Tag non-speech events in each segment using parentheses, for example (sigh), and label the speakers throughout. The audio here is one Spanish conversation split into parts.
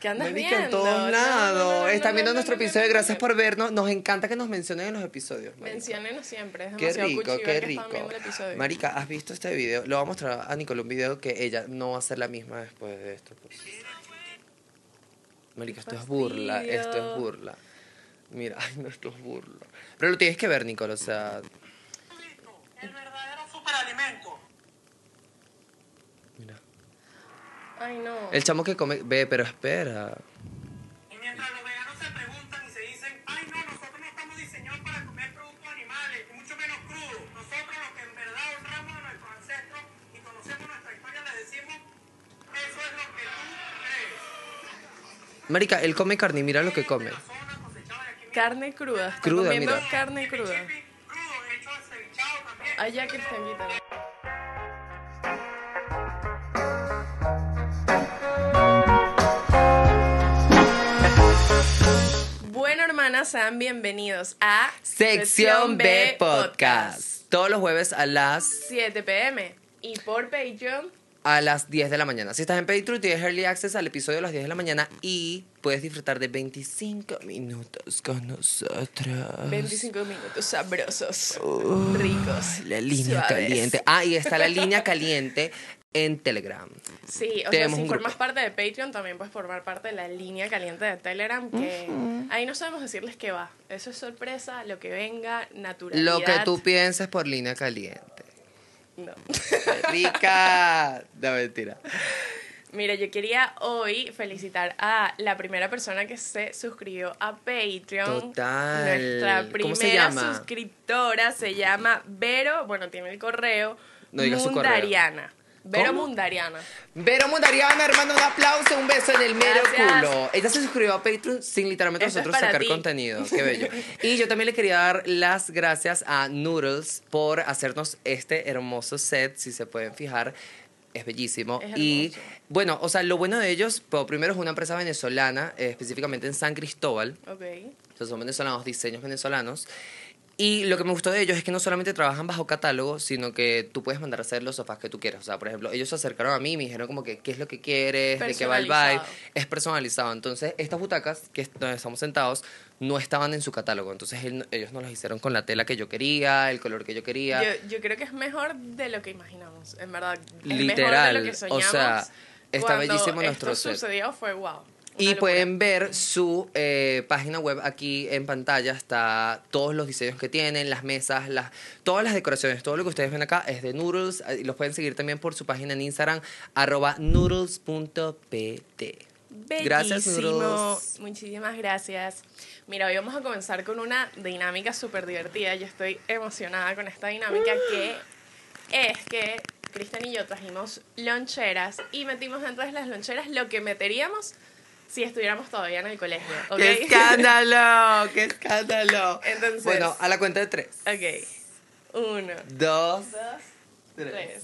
Speaker 1: ¿Qué andas
Speaker 2: Marica, en
Speaker 1: viendo?
Speaker 2: todos
Speaker 1: No, no, no,
Speaker 2: lados.
Speaker 1: no, no,
Speaker 2: Están
Speaker 1: no,
Speaker 2: viendo
Speaker 1: no,
Speaker 2: nuestro
Speaker 1: no, no,
Speaker 2: episodio.
Speaker 1: no,
Speaker 2: Gracias
Speaker 1: no.
Speaker 2: por vernos. Nos encanta que nos mencionen en los episodios. marica.
Speaker 1: Menciónenos siempre, es
Speaker 2: Qué
Speaker 1: demasiado
Speaker 2: rico,
Speaker 1: cuchiva
Speaker 2: qué
Speaker 1: que están
Speaker 2: rico.
Speaker 1: viendo el episodio.
Speaker 2: Marica, ¿has visto este video? Lo voy a mostrar a Nicole un video que ella no va a ser la misma después de esto. pues. Marica, esto es burla, esto es
Speaker 1: fastidio.
Speaker 2: burla. Mira, (laughs) ay, no, esto es burla. Pero lo tienes que ver, Nicole, o sea...
Speaker 3: Listo, el verdadero superalimento.
Speaker 2: Mira.
Speaker 1: Ay, no.
Speaker 2: El chamo que come... Ve, pero espera.
Speaker 3: Y mientras los veganos se preguntan y se dicen, ay no, nosotros no estamos diseñados para comer productos animales, y mucho menos crudos. Nosotros los que en verdad honramos a nuestros ancestros y conocemos nuestra historia, les decimos, eso es lo que tú crees.
Speaker 2: Marica, él come carne y mira lo que come.
Speaker 3: Zona cosechada de aquí mismo.
Speaker 1: Carne cruda. está
Speaker 2: Cruda,
Speaker 1: comiendo
Speaker 2: mira.
Speaker 1: carne cruda.
Speaker 3: Chipi, crudo, hecho acevichado también.
Speaker 1: Ay, ya, Cristian, quítalo. Bueno, hermanas, sean bienvenidos a
Speaker 2: Sección B Podcast. Todos los jueves a las,
Speaker 1: 7 pm. Y por Patreon,
Speaker 2: a las 10 de la mañana. Si estás en Patreon, tienes early access al episodio a las 10 de la mañana y puedes disfrutar de 25 minutos con nosotros.
Speaker 1: 25 minutos sabrosos, ricos.
Speaker 2: La línea
Speaker 1: suaves.
Speaker 2: caliente. Ah, y está la línea caliente en Telegram.
Speaker 1: Sí, o sea,
Speaker 2: Tenemos
Speaker 1: si
Speaker 2: un
Speaker 1: formas
Speaker 2: grupo.
Speaker 1: parte de Patreon, también puedes formar parte de la línea caliente de Telegram, que ahí no sabemos decirles qué va. Eso es sorpresa, lo que venga, natural.
Speaker 2: Lo que tú pienses por línea caliente.
Speaker 1: No. (laughs)
Speaker 2: Rica. No, mentira.
Speaker 1: Mira, yo quería hoy felicitar a la primera persona que se suscribió a Patreon.
Speaker 2: Total.
Speaker 1: Nuestra primera
Speaker 2: ¿Cómo se llama?
Speaker 1: suscriptora se llama Vero, bueno, tiene el correo.
Speaker 2: No digas su correo.
Speaker 1: Mundariana. Vero
Speaker 2: ¿Cómo?
Speaker 1: Mundariana.
Speaker 2: Vero Mundariana, hermano, un aplauso, un beso en el mero
Speaker 1: Gracias.
Speaker 2: culo. Ella se suscribió a Patreon sin literalmente
Speaker 1: Eso es
Speaker 2: nosotros
Speaker 1: para
Speaker 2: sacar
Speaker 1: ti.
Speaker 2: contenido. Qué
Speaker 1: (laughs)
Speaker 2: bello. Y yo también le quería dar las gracias a Noodles por hacernos este hermoso set, si se pueden fijar. Es bellísimo.
Speaker 1: Es
Speaker 2: y
Speaker 1: hermoso.
Speaker 2: bueno, o sea, lo bueno de ellos, pues, primero es una empresa venezolana, eh, específicamente en San Cristóbal.
Speaker 1: Ok.
Speaker 2: Entonces son venezolanos, diseños venezolanos. Y lo que me gustó de ellos es que no solamente trabajan bajo catálogo, sino que tú puedes mandar a hacer los sofás que tú quieras. O sea, por ejemplo, ellos se acercaron a mí y me dijeron como que qué es lo que quieres, de qué va el vibe.
Speaker 1: Personalizado.
Speaker 2: Es personalizado. Entonces, estas butacas que est- donde estamos sentados no estaban en su catálogo. Entonces, él- ellos nos las hicieron con la tela que yo quería, el color que yo quería.
Speaker 1: Yo, yo creo que es mejor de lo que imaginamos, en verdad. Es
Speaker 2: Literal,
Speaker 1: Mejor de lo que soñamos.
Speaker 2: o sea, está
Speaker 1: Cuando
Speaker 2: bellísimo nuestro
Speaker 1: esto
Speaker 2: set.
Speaker 1: sucedió fue wow.
Speaker 2: Y pueden ver su eh, página web aquí en pantalla. Está todos los diseños que tienen, las mesas, las, todas las decoraciones. Todo lo que ustedes ven acá es de Noodles. eh, y Los pueden seguir también por su página en Instagram, arroba noodles.pt. Gracias,
Speaker 1: Gracias,
Speaker 2: Noodles.
Speaker 1: Muchísimas gracias. Mira, hoy vamos a comenzar con una dinámica súper divertida. Yo estoy emocionada con esta dinámica
Speaker 2: Uh.
Speaker 1: que es que Cristian y yo trajimos loncheras y metimos dentro de las loncheras lo que meteríamos si estuviéramos todavía en el colegio. ¿ok?
Speaker 2: ¡Qué escándalo! ¡Qué escándalo!
Speaker 1: Entonces-
Speaker 2: Bueno, a la cuenta de tres.
Speaker 1: (laughs) ok. Uno,
Speaker 2: Dos,
Speaker 1: dos,
Speaker 2: tres.
Speaker 1: tres.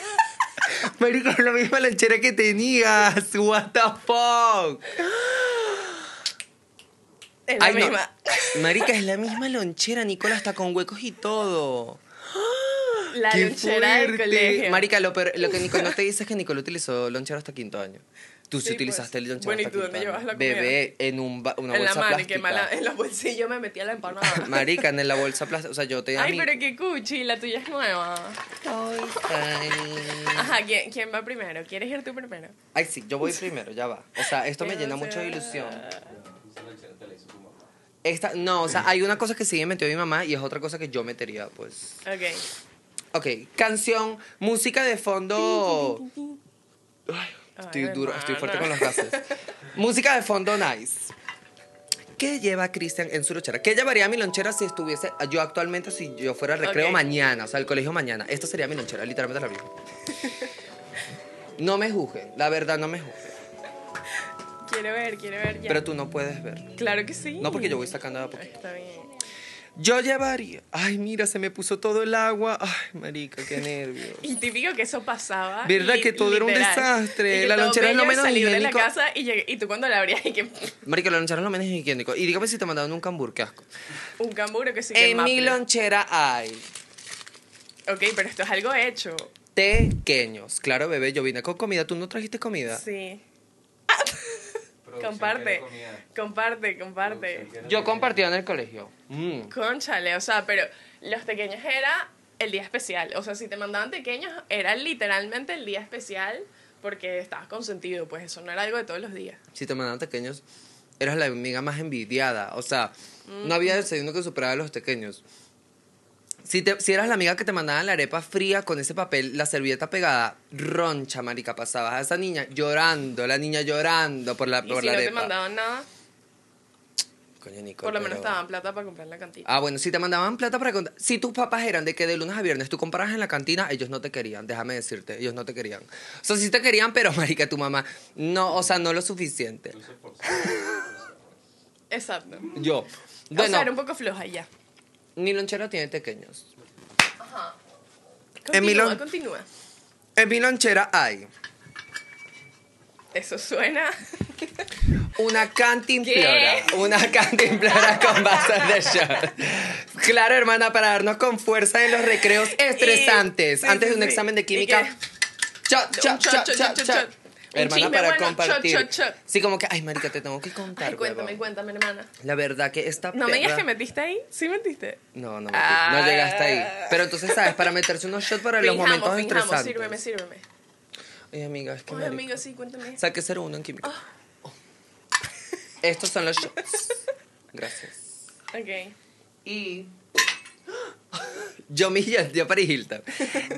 Speaker 2: (laughs) Marico, es la misma lanchera que tenías. What the fuck.
Speaker 1: Es la
Speaker 2: Ay, no.
Speaker 1: misma.
Speaker 2: Marica, es la misma lonchera, Nicola, está con huecos y todo.
Speaker 1: La
Speaker 2: ¡Qué
Speaker 1: lonchera del
Speaker 2: fuerte!
Speaker 1: colegio.
Speaker 2: Marica, lo, peor- lo que Nicole no te dice es que Nicole utilizó lonchera hasta quinto año. Tú sí,
Speaker 1: Sí,
Speaker 2: utilizaste
Speaker 1: pues.
Speaker 2: el lonchera
Speaker 1: Bueno, ¿y
Speaker 2: hasta
Speaker 1: tú dónde
Speaker 2: quinto
Speaker 1: llevabas
Speaker 2: año.
Speaker 1: la comida?
Speaker 2: Bebé, en un ba- una
Speaker 1: en la
Speaker 2: bolsa
Speaker 1: mano, y
Speaker 2: plástica.
Speaker 1: qué mala. En los bolsillos me metía la empanada.
Speaker 2: (laughs) Marica, en la bolsa plástica. O sea, yo te a
Speaker 1: Ay,
Speaker 2: mí-
Speaker 1: pero qué cuchi, la tuya es nueva.
Speaker 2: Ay.
Speaker 1: Ajá, ¿quién, quién va primero? ¿Quieres ir tú primero?
Speaker 2: Ay, sí, yo voy primero, ya va. O sea, esto me
Speaker 1: Pero,
Speaker 2: llena
Speaker 1: o sea,
Speaker 2: mucho de ilusión. Esta, no, o sea, hay una cosa que sí me metió mi mamá y es otra cosa que yo metería, pues.
Speaker 1: Ok.
Speaker 2: Ok, canción, música de fondo. Ay, estoy
Speaker 1: Ay,
Speaker 2: duro, estoy fuerte con los
Speaker 1: hermana.
Speaker 2: gases. música de fondo nice. ¿Qué lleva Cristian en su lonchera? ¿Qué llevaría mi lonchera si estuviese yo actualmente, si yo fuera al recreo
Speaker 1: Ok.
Speaker 2: mañana, o sea, al colegio mañana? Esta sería mi lonchera, literalmente la
Speaker 1: (laughs)
Speaker 2: misma. No me juzguen, la verdad no me juzguen.
Speaker 1: (laughs) Quiero ver, quiero ver ya.
Speaker 2: Pero tú no puedes ver.
Speaker 1: Claro que sí.
Speaker 2: No, porque yo voy sacando de a poquito.
Speaker 1: Está bien.
Speaker 2: Yo llevaría. Ay, mira, se me puso todo el agua. Ay, marica, qué
Speaker 1: (laughs)
Speaker 2: nervios.
Speaker 1: Y típico que eso pasaba.
Speaker 2: ¿Verdad
Speaker 1: li-
Speaker 2: que todo era un desastre?
Speaker 1: Y que
Speaker 2: La
Speaker 1: todo
Speaker 2: lonchera es lo
Speaker 1: bello
Speaker 2: menos
Speaker 1: salir de la
Speaker 2: higiénico.
Speaker 1: casa y, llegué- y tú cuando la abrías y que (laughs)
Speaker 2: Marica, la lonchera es lo menos higiénico. Y dígame si te mandaron un cambur, qué asco.
Speaker 1: un camburo que sí que
Speaker 2: En mi
Speaker 1: maple.
Speaker 2: lonchera hay
Speaker 1: Ok, pero esto es algo hecho.
Speaker 2: tequeños. Claro, bebé, yo vine con comida. ¿Tú no trajiste comida?
Speaker 1: Sí. Ah.
Speaker 4: producción que
Speaker 1: Comparte,
Speaker 4: era comida.
Speaker 1: comparte, comparte.
Speaker 4: Producción que era
Speaker 2: Yo
Speaker 4: comida.
Speaker 2: compartía en el colegio. Mm.
Speaker 1: Conchale, o sea, pero los pequeños era el día especial. O sea, si te mandaban pequeños, era literalmente el día especial porque estabas consentido, pues eso no era algo de todos los días.
Speaker 2: Si te mandaban pequeños, eras la amiga más envidiada. O sea, no había desayuno que superara a los pequeños. Si, te- si eras la amiga que te mandaban la arepa fría con ese papel, la servilleta pegada, roncha, marica, pasabas a esa niña llorando, la niña llorando por la,
Speaker 1: Y
Speaker 2: por
Speaker 1: si
Speaker 2: Ah, la
Speaker 1: no te
Speaker 2: arepa.
Speaker 1: mandaban nada,
Speaker 2: Coño, Nicole,
Speaker 1: por lo menos
Speaker 2: pero-
Speaker 1: te daban plata para comprar la cantina.
Speaker 2: Ah, bueno, si te mandaban plata para contar. Si tus papás eran de que de lunes a viernes tú comprabas en la cantina, ellos no te querían, déjame decirte, ellos no te querían. O sea, sí te querían, pero (laughs) marica, tu mamá, no, o sea, no lo suficiente.
Speaker 4: Tú se esforzabas.
Speaker 1: Exacto.
Speaker 2: Yo.
Speaker 1: o
Speaker 2: Ah. Bueno,
Speaker 1: sea, era un poco floja y ya.
Speaker 2: mi lonchera tiene pequeños.
Speaker 1: Continúa,
Speaker 2: Emilio-
Speaker 1: continúa.
Speaker 2: En mi lonchera hay (laughs)
Speaker 1: Eso suena.
Speaker 2: una cantimplora. Una
Speaker 1: (laughs)
Speaker 2: cantimplora con basas de shot. Claro, hermana, para darnos con fuerza en los recreos estresantes.
Speaker 1: sí,
Speaker 2: Antes
Speaker 1: sí,
Speaker 2: de un
Speaker 1: sí.
Speaker 2: examen
Speaker 1: ¿Y
Speaker 2: de
Speaker 1: qué?
Speaker 2: química. Shot,
Speaker 1: Un
Speaker 2: shot,
Speaker 1: shot,
Speaker 2: shot,
Speaker 1: shot,
Speaker 2: shot,
Speaker 1: shot,
Speaker 2: shot.
Speaker 1: shot. Un
Speaker 2: Hermana,
Speaker 1: chisme
Speaker 2: para
Speaker 1: bueno, shot,
Speaker 2: compartir.
Speaker 1: shot, shot.
Speaker 2: Sí, como que, ay, marica, te tengo que contar.
Speaker 1: Ay, cuéntame,
Speaker 2: huevón.
Speaker 1: cuéntame, hermana.
Speaker 2: La verdad que esta
Speaker 1: No me digas
Speaker 2: perra-
Speaker 1: que metiste ahí. ¿Sí metiste?
Speaker 2: No, no, me-
Speaker 1: Ah.
Speaker 2: no llegaste ahí. Pero entonces, ¿sabes? Para meterse unos shots para los momentos
Speaker 1: fijamos,
Speaker 2: estresantes.
Speaker 1: sírveme, sírveme.
Speaker 2: Ay, amiga, es que
Speaker 1: Ay, Ah.
Speaker 2: marica.
Speaker 1: amigo, sí, cuéntame.
Speaker 2: Saqué 01 en química. Oh. Estos son los
Speaker 1: (laughs)
Speaker 2: shots. Gracias.
Speaker 1: Ok.
Speaker 2: Y. (gasps) Yo me llenté a Paris Hilton.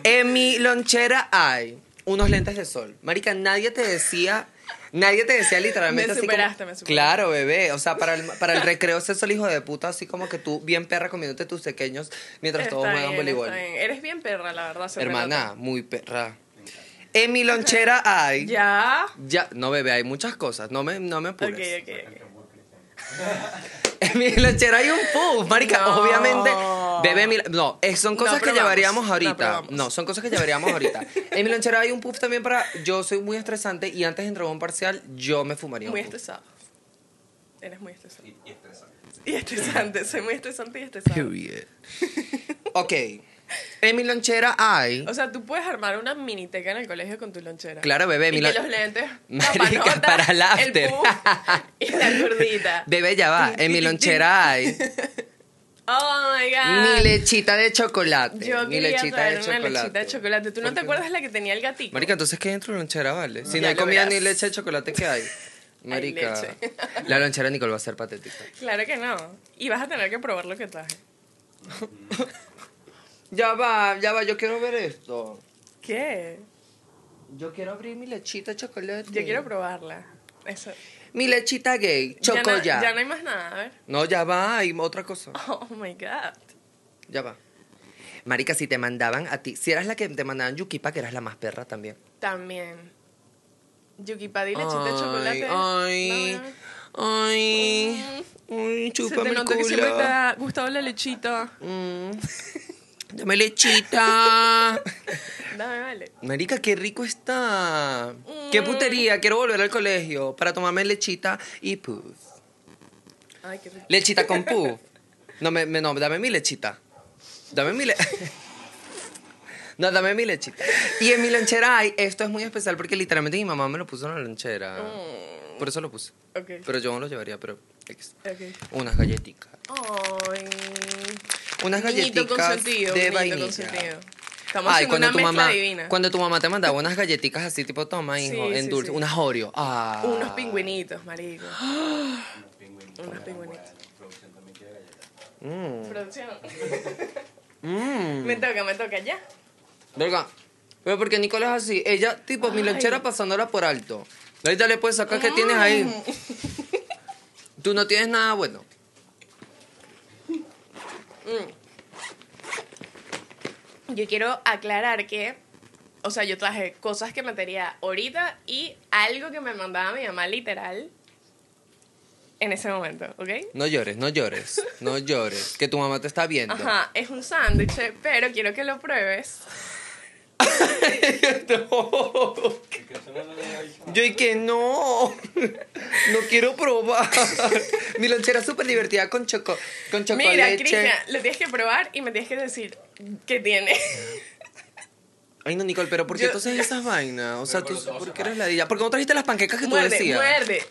Speaker 2: En mi lonchera hay unos lentes de sol. Marica, nadie te decía. Nadie te decía literalmente
Speaker 1: Me
Speaker 2: así como-
Speaker 1: superaste, me superaste.
Speaker 2: Claro, bebé. O sea, para el, para el recreo ese sol hijo de puta, así como que tú bien perra comiéndote tus pequeños mientras todos
Speaker 1: Está
Speaker 2: juegan
Speaker 1: bien,
Speaker 2: voleibol.
Speaker 1: está bien. Eres bien perra, la verdad. se
Speaker 2: Hermana, muy perra. En mi lonchera hay.
Speaker 1: nota. Ya.
Speaker 2: Ya, no bebé, hay muchas cosas. No me, no me
Speaker 1: Ok,
Speaker 2: apures.
Speaker 1: ok, ok.
Speaker 2: (laughs) En mi lonchera hay un puff, marica.
Speaker 1: No.
Speaker 2: Obviamente, bebé, mi- no, es- son cosas
Speaker 1: No,
Speaker 2: que
Speaker 1: pero vamos.
Speaker 2: llevaríamos
Speaker 1: No, pero
Speaker 2: ahorita.
Speaker 1: vamos.
Speaker 2: No, son cosas que llevaríamos
Speaker 1: (laughs)
Speaker 2: ahorita. En mi lonchera hay un puff también para. Yo soy muy estresante y antes de entrar a un parcial, yo me fumaría
Speaker 1: Muy
Speaker 2: un puff.
Speaker 1: estresado. Eres muy estresado.
Speaker 4: Y, y estresante.
Speaker 1: Y estresante. Soy muy estresante y estresado.
Speaker 2: Period. (laughs) ok. En mi lonchera hay.
Speaker 1: O sea, tú puedes armar una miniteca en el colegio con tu lonchera.
Speaker 2: Claro, bebé,
Speaker 1: Y
Speaker 2: mi
Speaker 1: que
Speaker 2: lo-
Speaker 1: los lentes,
Speaker 2: (laughs) Marica,
Speaker 1: papanota,
Speaker 2: para el after.
Speaker 1: el puff y la
Speaker 2: (laughs)
Speaker 1: gordita.
Speaker 2: Bebé, ya
Speaker 1: (laughs)
Speaker 2: va. En mi lonchera hay.
Speaker 1: Oh my god.
Speaker 2: Mi lechita de chocolate.
Speaker 1: Yo
Speaker 2: mi
Speaker 1: quería
Speaker 2: lechita
Speaker 1: traer
Speaker 2: de
Speaker 1: una
Speaker 2: chocolate.
Speaker 1: lechita de chocolate. ¿Tú no te acuerdas la que tenía el gatito?
Speaker 2: Marica, entonces ¿qué hay dentro de la lonchera, vale? Si
Speaker 1: Ya
Speaker 2: no hay
Speaker 1: lo
Speaker 2: comida
Speaker 1: verás.
Speaker 2: ni leche de chocolate, ¿qué (laughs) hay? Marica.
Speaker 1: leche.
Speaker 2: La lonchera de Nicole va a ser patética.
Speaker 1: Claro que no. Y vas a tener que probar lo que traje.
Speaker 2: Ya va, ya va, yo quiero ver esto.
Speaker 1: ¿Qué?
Speaker 2: Yo quiero abrir mi lechita de chocolate.
Speaker 1: Yo quiero probarla. Eso.
Speaker 2: Mi lechita gay,
Speaker 1: Ya
Speaker 2: choco
Speaker 1: no-
Speaker 2: ya.
Speaker 1: ya no hay más nada, a ver.
Speaker 2: No, ya va, hay otra cosa.
Speaker 1: Oh my god.
Speaker 2: Ya va. Marica, si te mandaban a ti, si eras la que te mandaban Yukipa, que eras la más perra también.
Speaker 1: También. Yukipa y lechita de
Speaker 2: Ay,
Speaker 1: chocolate.
Speaker 2: Ay,
Speaker 1: No, Mm.
Speaker 2: ay, ay,
Speaker 1: Se te
Speaker 2: chúpame el
Speaker 1: nota que
Speaker 2: culo.
Speaker 1: siempre te ha gustado la lechita.
Speaker 2: Mm. Dame
Speaker 1: (laughs)
Speaker 2: lechita.
Speaker 1: Dame, vale.
Speaker 2: Marica, qué rico está. Qué putería, quiero volver al colegio para tomarme lechita y puff.
Speaker 1: Ay, qué rico.
Speaker 2: Lechita con puff. No, me, me- no, dame mi lechita. Dame mi lechita. (laughs) No, dame mi lechita. Y en mi lonchera hay, esto es muy especial porque literalmente mi mamá me lo puso en la lonchera.
Speaker 1: Mm.
Speaker 2: Por eso lo puse.
Speaker 1: Ok.
Speaker 2: Pero yo no lo llevaría, pero... X.
Speaker 1: Ok.
Speaker 2: Unas galletitas.
Speaker 1: Ay.
Speaker 2: Unas galletitas
Speaker 1: Niñito consentido,
Speaker 2: de
Speaker 1: niñito
Speaker 2: vainilla.
Speaker 1: consentido. Estamos
Speaker 2: cuando
Speaker 1: haciendo una
Speaker 2: tu
Speaker 1: mezcla
Speaker 2: mamá,
Speaker 1: divina.
Speaker 2: Cuando tu mamá te mandaba unas galletitas así, tipo, toma, hijo,
Speaker 1: Sí,
Speaker 2: en
Speaker 1: sí,
Speaker 2: dulce,
Speaker 1: sí.
Speaker 2: unas Oreo. Ah.
Speaker 1: Unos pingüinitos, marico.
Speaker 4: Unos pingüinitos.
Speaker 1: Unos
Speaker 4: eran
Speaker 1: pingüinitos.
Speaker 4: buenos. Producción también quiere galletas.
Speaker 1: Producción.
Speaker 2: Mm.
Speaker 1: me toca, me toca ya.
Speaker 2: Verga. Pero porque Nicole es así. Ella, tipo, mi lonchera pasándola por alto. Ahorita le puedes sacar
Speaker 1: Mm.
Speaker 2: que tienes
Speaker 1: (laughs)
Speaker 2: ahí. Tú no tienes nada bueno.
Speaker 1: Yo quiero aclarar que, o sea, yo traje cosas que metería ahorita y algo que me mandaba mi mamá literal en ese momento, ¿ok?
Speaker 2: No llores, no llores. No llores. Que tu mamá te está viendo.
Speaker 1: Ajá, es un sándwich, pero quiero que lo pruebes.
Speaker 2: (laughs) No.
Speaker 4: Y que eso no lo había dicho.
Speaker 2: Yo y que no, no quiero probar. Mi lonchera es súper divertida con, choco, con chocolate.
Speaker 1: Mira, Cristian, lo tienes que probar y me tienes que decir qué
Speaker 4: (laughs)
Speaker 1: tiene.
Speaker 2: Ay, no, Nicole, pero ¿por qué
Speaker 1: Yo-
Speaker 2: entonces esas vainas? O sea,
Speaker 4: Pero
Speaker 2: tú,
Speaker 4: por los ojos
Speaker 2: ¿por qué
Speaker 4: cerrados.
Speaker 2: eres ladilla? ¿Por qué no trajiste las panquecas que tú
Speaker 1: muerde,
Speaker 2: decías?
Speaker 1: muerde.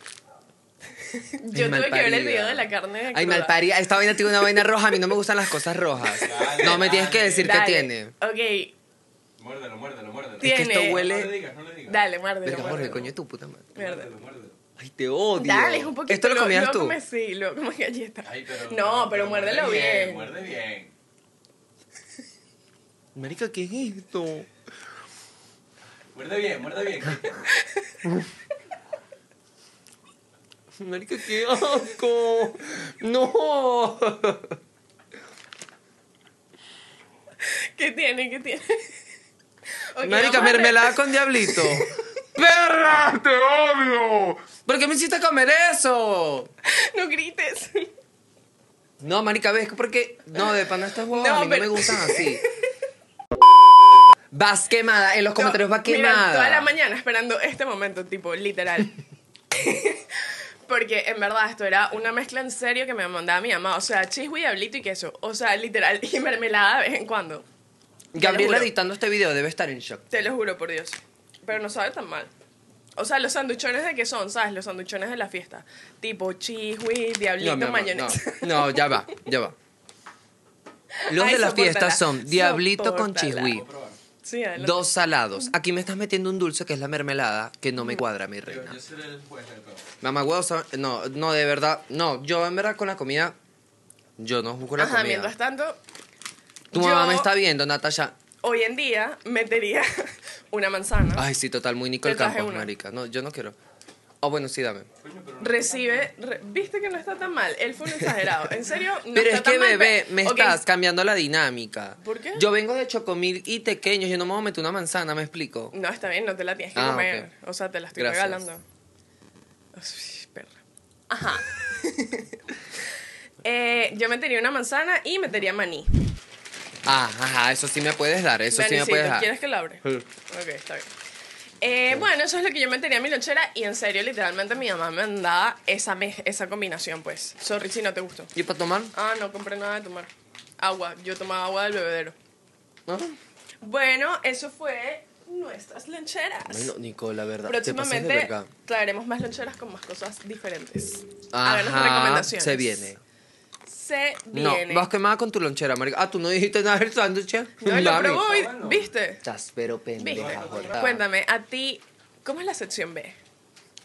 Speaker 1: Yo tuve que ver el
Speaker 2: malparida.
Speaker 1: video de la carne.
Speaker 2: Ay,
Speaker 1: cruda.
Speaker 2: malparida. Esta vaina tiene una vaina roja. A mí no me gustan las cosas rojas.
Speaker 4: Dale,
Speaker 2: No me tienes que
Speaker 4: dale.
Speaker 2: decir qué
Speaker 1: Dale.
Speaker 2: tiene.
Speaker 1: Ok,
Speaker 4: Muérdelo, muérdelo, muérdelo.
Speaker 2: Es que esto
Speaker 1: Tiene-
Speaker 4: No le
Speaker 2: huele.
Speaker 4: digas, no le digas.
Speaker 1: dale, muérdelo.
Speaker 2: Verga, Jorge,
Speaker 1: muérdelo.
Speaker 2: coño, tu puta madre.
Speaker 4: Muérdelo, muérdelo.
Speaker 2: Ay, te odio.
Speaker 1: Dale, es un poquito.
Speaker 2: Esto lo comías
Speaker 1: luego
Speaker 2: tú.
Speaker 1: come- sí, luego como galleta.
Speaker 4: Ay, pero,
Speaker 1: no, pero muérdelo
Speaker 4: muerde
Speaker 1: bien.
Speaker 4: Muerde bien.
Speaker 2: Marica, ¿qué es esto?
Speaker 4: Muerde bien, muerde
Speaker 1: (laughs)
Speaker 4: bien.
Speaker 2: Marica, qué asco. No.
Speaker 1: ¿Qué tiene? ¿Qué tiene? (laughs) Ok,
Speaker 2: Marica,
Speaker 1: vamos a
Speaker 2: mermelada con
Speaker 1: (laughs)
Speaker 2: diablito. ¡Perra! ¡Te odio! ¿Por qué me hiciste comer eso?
Speaker 1: hacer- No grites.
Speaker 2: No, marica, ves porque. No, de pana estas huevas
Speaker 1: No,
Speaker 2: a mí
Speaker 1: pero-
Speaker 2: no me gustan
Speaker 1: (laughs)
Speaker 2: así. Vas quemada, en los comentarios
Speaker 1: No,
Speaker 2: va
Speaker 1: mira,
Speaker 2: quemada.
Speaker 1: toda la mañana esperando este momento, tipo, literal. (laughs) Porque en verdad esto era una mezcla en serio que me mandaba mi mamá. O sea, chisgo y diablito y queso. O sea, literal. Y mermelada de vez en cuando.
Speaker 2: Gabriela
Speaker 1: Te lo juro.
Speaker 2: editando este video debe estar en shock.
Speaker 1: Te lo juro por Dios. Pero no sabe tan mal. O sea, los sanduchones de qué son, ¿sabes? Los sanduchones de la fiesta. Tipo chiswi, diablito,
Speaker 2: mi amor,
Speaker 1: mayonesa.
Speaker 2: (laughs) no, no, ya va, ya
Speaker 1: (laughs)
Speaker 2: va. Los
Speaker 1: Ay,
Speaker 2: de la fiesta
Speaker 1: sopórtala,
Speaker 2: son diablito con
Speaker 1: sopórtala.
Speaker 2: chiswi,
Speaker 4: Puedo probar.
Speaker 1: Sí, adelante.
Speaker 2: dos salados. Aquí me estás metiendo un dulce que es la mermelada, que no me cuadra, mi
Speaker 4: Yo,
Speaker 2: reina.
Speaker 4: yo seré el juez de todo.
Speaker 2: Mamá huevo, sabe- no, no, de verdad, no, yo en verdad con la comida, yo no juzgo la
Speaker 1: Ajá,
Speaker 2: comida.
Speaker 1: mientras tanto,
Speaker 2: Tu mamá
Speaker 1: yo-
Speaker 2: me está viendo, Natasha.
Speaker 1: hoy en día metería (laughs) una manzana. (laughs)
Speaker 2: Ay, sí, total, muy Nicole
Speaker 1: Te traje
Speaker 2: Campos,
Speaker 1: una.
Speaker 2: marica. No, yo no quiero. Oh, bueno, sí, dame.
Speaker 4: Coño, pero no-
Speaker 1: Recibe, re- viste que no está tan mal. Él fue un exagerado. En serio,
Speaker 2: (laughs)
Speaker 1: no
Speaker 2: Pero
Speaker 1: está
Speaker 2: es que,
Speaker 1: tan mal,
Speaker 2: bebé,
Speaker 1: pe-
Speaker 2: me
Speaker 1: Ok,
Speaker 2: estás cambiando la dinámica.
Speaker 1: ¿Por qué?
Speaker 2: Yo vengo de chocomil y tequeños, yo no me voy a meter una manzana, ¿me explico?
Speaker 1: No, está bien, no te la tienes que
Speaker 2: Ah,
Speaker 1: comer. O sea, te la estoy
Speaker 2: Gracias.
Speaker 1: regalando. Uy, perra. Ajá. (laughs) Eh, yo metería una manzana y metería maní.
Speaker 2: Ah, ajá, eso sí me puedes dar, eso sí me
Speaker 1: Manicito,
Speaker 2: puedes dar.
Speaker 1: ¿Quieres que la abre?
Speaker 2: Sí.
Speaker 1: Ok, está bien. Eh, bueno, eso es lo que yo metería en mi lonchera y en serio, literalmente mi mamá me andaba esa, mez- esa combinación, pues. Sorry si no te gustó.
Speaker 2: ¿Y para tomar?
Speaker 1: Ah, no compré nada de tomar. Agua, yo tomaba agua del bebedero.
Speaker 2: ¿No?
Speaker 1: Bueno, eso fue nuestras loncheras.
Speaker 2: Bueno, Nicole, la verdad, te pasas de
Speaker 1: Próximamente
Speaker 2: verga.
Speaker 1: traeremos más loncheras con más cosas diferentes. Háganos
Speaker 2: Ajá,
Speaker 1: recomendaciones.
Speaker 2: se viene.
Speaker 1: Se viene.
Speaker 2: No, vas quemada con tu lonchera, marica. Ah, ¿tú no dijiste nada del sándwich?
Speaker 1: No, lo
Speaker 2: Dame.
Speaker 1: probó y-
Speaker 4: Ah, bueno.
Speaker 1: ¿viste?
Speaker 2: Estás pero
Speaker 1: ¿Viste?
Speaker 2: pendeja, Jota.
Speaker 1: Cuéntame, a ti, ¿cómo es la sección B?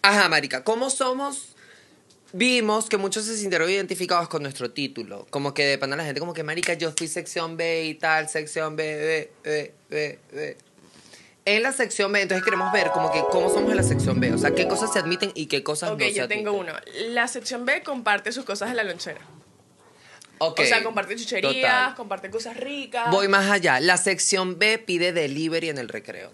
Speaker 2: Ajá, marica, ¿cómo somos? Vimos que muchos se sintieron identificados con nuestro título. Como que de pana la gente, como que, marica, yo fui sección B y tal, sección B, B, B, B, B. En la sección B, entonces queremos ver como que cómo somos en la sección B. O sea, qué cosas se admiten y qué cosas
Speaker 1: ok,
Speaker 2: no se
Speaker 1: yo tengo
Speaker 2: admiten.
Speaker 1: uno. La sección B comparte sus cosas de la lonchera.
Speaker 2: Ok,
Speaker 1: O sea, comparte chucherías,
Speaker 2: total.
Speaker 1: comparte cosas ricas.
Speaker 2: Voy más allá. La sección B pide delivery en el recreo.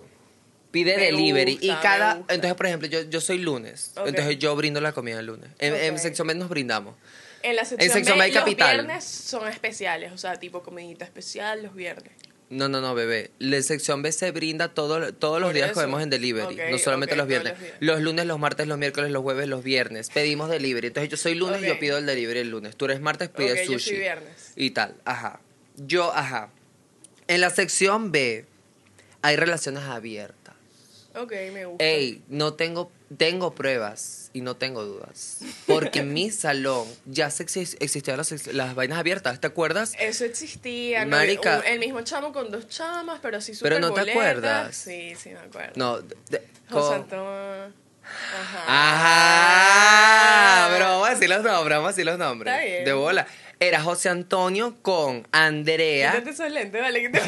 Speaker 2: Pide
Speaker 1: Me
Speaker 2: delivery. y
Speaker 1: gusta, me
Speaker 2: cada.
Speaker 1: gusta.
Speaker 2: Entonces, por ejemplo, yo, yo soy lunes.
Speaker 1: Ok.
Speaker 2: Entonces yo brindo la comida el lunes. En, en
Speaker 1: Ok.
Speaker 2: sección B nos brindamos.
Speaker 1: En la sección,
Speaker 2: sección
Speaker 1: B,
Speaker 2: B, capital.
Speaker 1: los viernes son especiales. O sea, tipo comidita especial los viernes.
Speaker 2: No, no, no, bebé. La sección B se brinda todo- todos los
Speaker 1: Por
Speaker 2: días
Speaker 1: eso.
Speaker 2: comemos en delivery.
Speaker 1: Ok,
Speaker 2: no solamente
Speaker 1: ok,
Speaker 2: los
Speaker 1: todos
Speaker 2: viernes.
Speaker 1: los días.
Speaker 2: Los lunes, los martes, los miércoles, los jueves, los viernes. Pedimos delivery. Entonces yo soy lunes y
Speaker 1: Ok.
Speaker 2: yo pido el delivery el lunes. Tú eres martes, pides
Speaker 1: Ok, yo
Speaker 2: sushi.
Speaker 1: soy viernes.
Speaker 2: Y tal. Ajá. Yo, ajá. En la sección B hay relaciones abiertas.
Speaker 1: Ok, me gusta.
Speaker 2: Ey, no tengo, tengo pruebas y no tengo dudas. Porque en
Speaker 1: (laughs)
Speaker 2: mi salón ya se exis- existían las, ex- las vainas abiertas, ¿te acuerdas?
Speaker 1: Eso existía. ¿no?
Speaker 2: Marica.
Speaker 1: Un- el mismo chamo con dos chamas, pero sí
Speaker 2: Pero no te
Speaker 1: superboletas.
Speaker 2: acuerdas.
Speaker 1: Sí, sí, me acuerdo.
Speaker 2: No, de- de-
Speaker 1: José
Speaker 2: con-
Speaker 1: Antonio. Ajá.
Speaker 2: Ajá, Ah, pero vamos a decir los nombres, vamos a decir los nombres.
Speaker 1: Ah. Está bien.
Speaker 2: De bola. Era José Antonio con
Speaker 1: (laughs)
Speaker 2: Andrea.
Speaker 1: Quítate esos lentes, vale. Que te...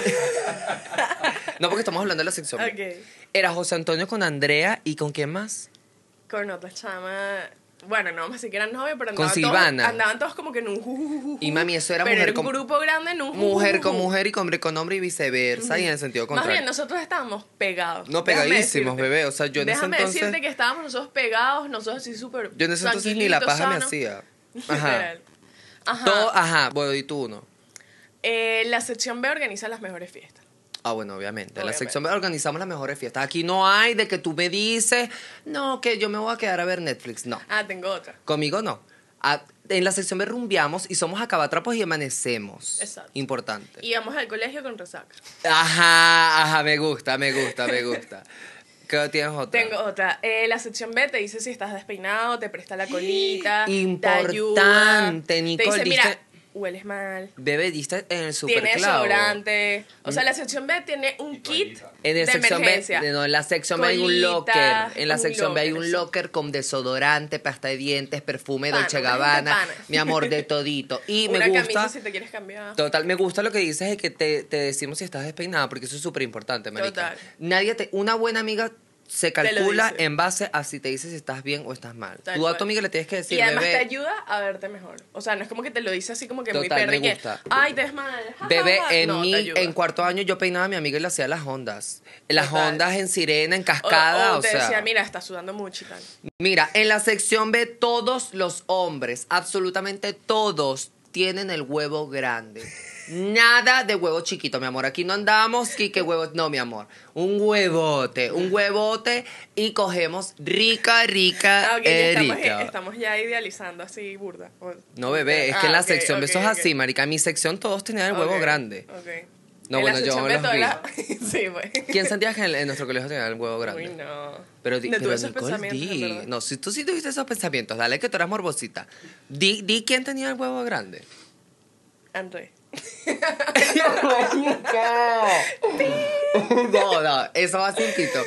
Speaker 2: No, porque estamos hablando de la sección.
Speaker 1: ok.
Speaker 2: Era José Antonio con Andrea y con quién más?
Speaker 1: Con otra chama. Bueno, no, más siquiera novio, pero
Speaker 2: Con
Speaker 1: andaban
Speaker 2: Silvana.
Speaker 1: Todos, andaban todos como que en un jujujujuju.
Speaker 2: Y mami, eso era
Speaker 1: pero
Speaker 2: mujer
Speaker 1: un
Speaker 2: con-
Speaker 1: grupo grande en un
Speaker 2: Mujer con
Speaker 1: jujujuju.
Speaker 2: mujer y hombre con hombre y viceversa y en el sentido
Speaker 1: Uh. Más
Speaker 2: contrario.
Speaker 1: bien, nosotros estábamos pegados.
Speaker 2: No,
Speaker 1: Déjame
Speaker 2: pegadísimos,
Speaker 1: decirte.
Speaker 2: bebé. O sea, yo en ese
Speaker 1: Déjame
Speaker 2: entonces-
Speaker 1: decirte que estábamos nosotros pegados, nosotros así súper.
Speaker 2: Yo en ese entonces ni la
Speaker 1: tranquilitos,
Speaker 2: paja me
Speaker 1: sanos.
Speaker 2: hacía.
Speaker 1: (laughs)
Speaker 2: Ajá.
Speaker 1: Literal. Ajá.
Speaker 2: Todo, ajá, bueno, y tú uno.
Speaker 1: Eh, la sección B organiza las mejores fiestas.
Speaker 2: Ah, bueno, obviamente. En la
Speaker 1: Obviamente.
Speaker 2: sección B organizamos las mejores fiestas. Aquí no hay de que tú me dices, no, que yo me voy a quedar a ver Netflix. No.
Speaker 1: Ah, tengo otra.
Speaker 2: Conmigo no. A- en la sección B rumbiamos y somos acabatrapos y amanecemos.
Speaker 1: Exacto.
Speaker 2: Importante.
Speaker 1: Íbamos al colegio con resaca. (laughs)
Speaker 2: Ajá, ajá, me gusta, me gusta, me gusta. ¿Qué tienes otra?
Speaker 1: Tengo otra. Eh, la sección B te dice si estás despeinado, te
Speaker 2: (gasps)
Speaker 1: presta la colita, te ayuda.
Speaker 2: Importante, Nicole,
Speaker 1: Te dice,
Speaker 2: diste-
Speaker 1: mira, hueles mal,
Speaker 2: Bebé, diste en el
Speaker 1: tienes
Speaker 2: superclavo.
Speaker 1: desodorante. O sea, la sección B tiene un
Speaker 4: Y
Speaker 1: kit
Speaker 4: colita.
Speaker 2: En,
Speaker 1: de
Speaker 2: el sección B,
Speaker 1: emergencia.
Speaker 2: no, en la sección B hay un
Speaker 1: Colita,
Speaker 2: locker. En la
Speaker 1: un
Speaker 2: sección B hay
Speaker 1: locker,
Speaker 2: un
Speaker 1: eso.
Speaker 2: locker con desodorante, pasta de dientes, perfume,
Speaker 1: Pana,
Speaker 2: Dolce
Speaker 1: una gente
Speaker 2: Gabbana,
Speaker 1: pana.
Speaker 2: mi amor, de todito. Y
Speaker 1: (laughs) Una
Speaker 2: me gusta.
Speaker 1: camisa si te quieres cambiar.
Speaker 2: Total, me gusta lo que dices de que te, te decimos si estás despeinada, porque eso es súper importante, marica.
Speaker 1: Total.
Speaker 2: Nadie te, una buena amiga se
Speaker 1: lo
Speaker 2: calcula
Speaker 1: dice.
Speaker 2: en base a si te dice si estás bien o estás mal.
Speaker 1: Tal
Speaker 2: Tú a tu
Speaker 1: cual.
Speaker 2: amiga le tienes que decir,
Speaker 1: y además
Speaker 2: bebé,
Speaker 1: te ayuda a verte mejor. O sea, no es como que te lo dice así como que muy
Speaker 2: Total,
Speaker 1: perro y
Speaker 2: me
Speaker 1: que,
Speaker 2: gusta.
Speaker 1: ay, te ves mal. ja,
Speaker 2: Bebé,
Speaker 1: ja, ja.
Speaker 2: en
Speaker 1: No, te
Speaker 2: mi-
Speaker 1: ayuda.
Speaker 2: en cuarto año yo peinaba a mi amiga y le hacía las ondas. Las
Speaker 1: Total.
Speaker 2: ondas en sirena, en
Speaker 1: O-
Speaker 2: cascada, o,
Speaker 1: o, te
Speaker 2: sea.
Speaker 1: decía,
Speaker 2: mira.
Speaker 1: mira, estás sudando mucho y tal.
Speaker 2: en la sección B todos los hombres, absolutamente todos tienen el huevo grande. Nada de huevo chiquito, mi amor. Aquí no andamos, y que huevo, no, mi amor. Un huevote, un huevote y cogemos rica, rica, eh,
Speaker 1: Ah, ok, ya estamos,
Speaker 2: rica.
Speaker 1: estamos ya idealizando así, burda. O-
Speaker 2: No, bebé, es que en
Speaker 1: Ah,
Speaker 2: la
Speaker 1: ok,
Speaker 2: sección B
Speaker 1: ok,
Speaker 2: eso es
Speaker 1: ok.
Speaker 2: así, marica. En mi sección todos tenían el huevo
Speaker 1: Ok,
Speaker 2: grande.
Speaker 1: ok.
Speaker 2: No,
Speaker 1: En la
Speaker 2: bueno, yo
Speaker 1: sección B
Speaker 2: los
Speaker 1: toda
Speaker 2: vi.
Speaker 1: la- (laughs) sí, güey.
Speaker 2: ¿Quién sentía que en, en nuestro colegio tenía el huevo grande?
Speaker 1: Uy, no.
Speaker 2: Pero, di,
Speaker 1: no
Speaker 2: pero
Speaker 1: tuve esos
Speaker 2: Nicole,
Speaker 1: pensamientos,
Speaker 2: di.
Speaker 1: es verdad.
Speaker 2: No, si tú sí tuviste esos pensamientos, dale que tú eras morbosita. Di, di quién tenía el huevo
Speaker 1: (laughs)
Speaker 2: grande.
Speaker 1: André.
Speaker 2: (laughs) no, no, eso va sin Tito.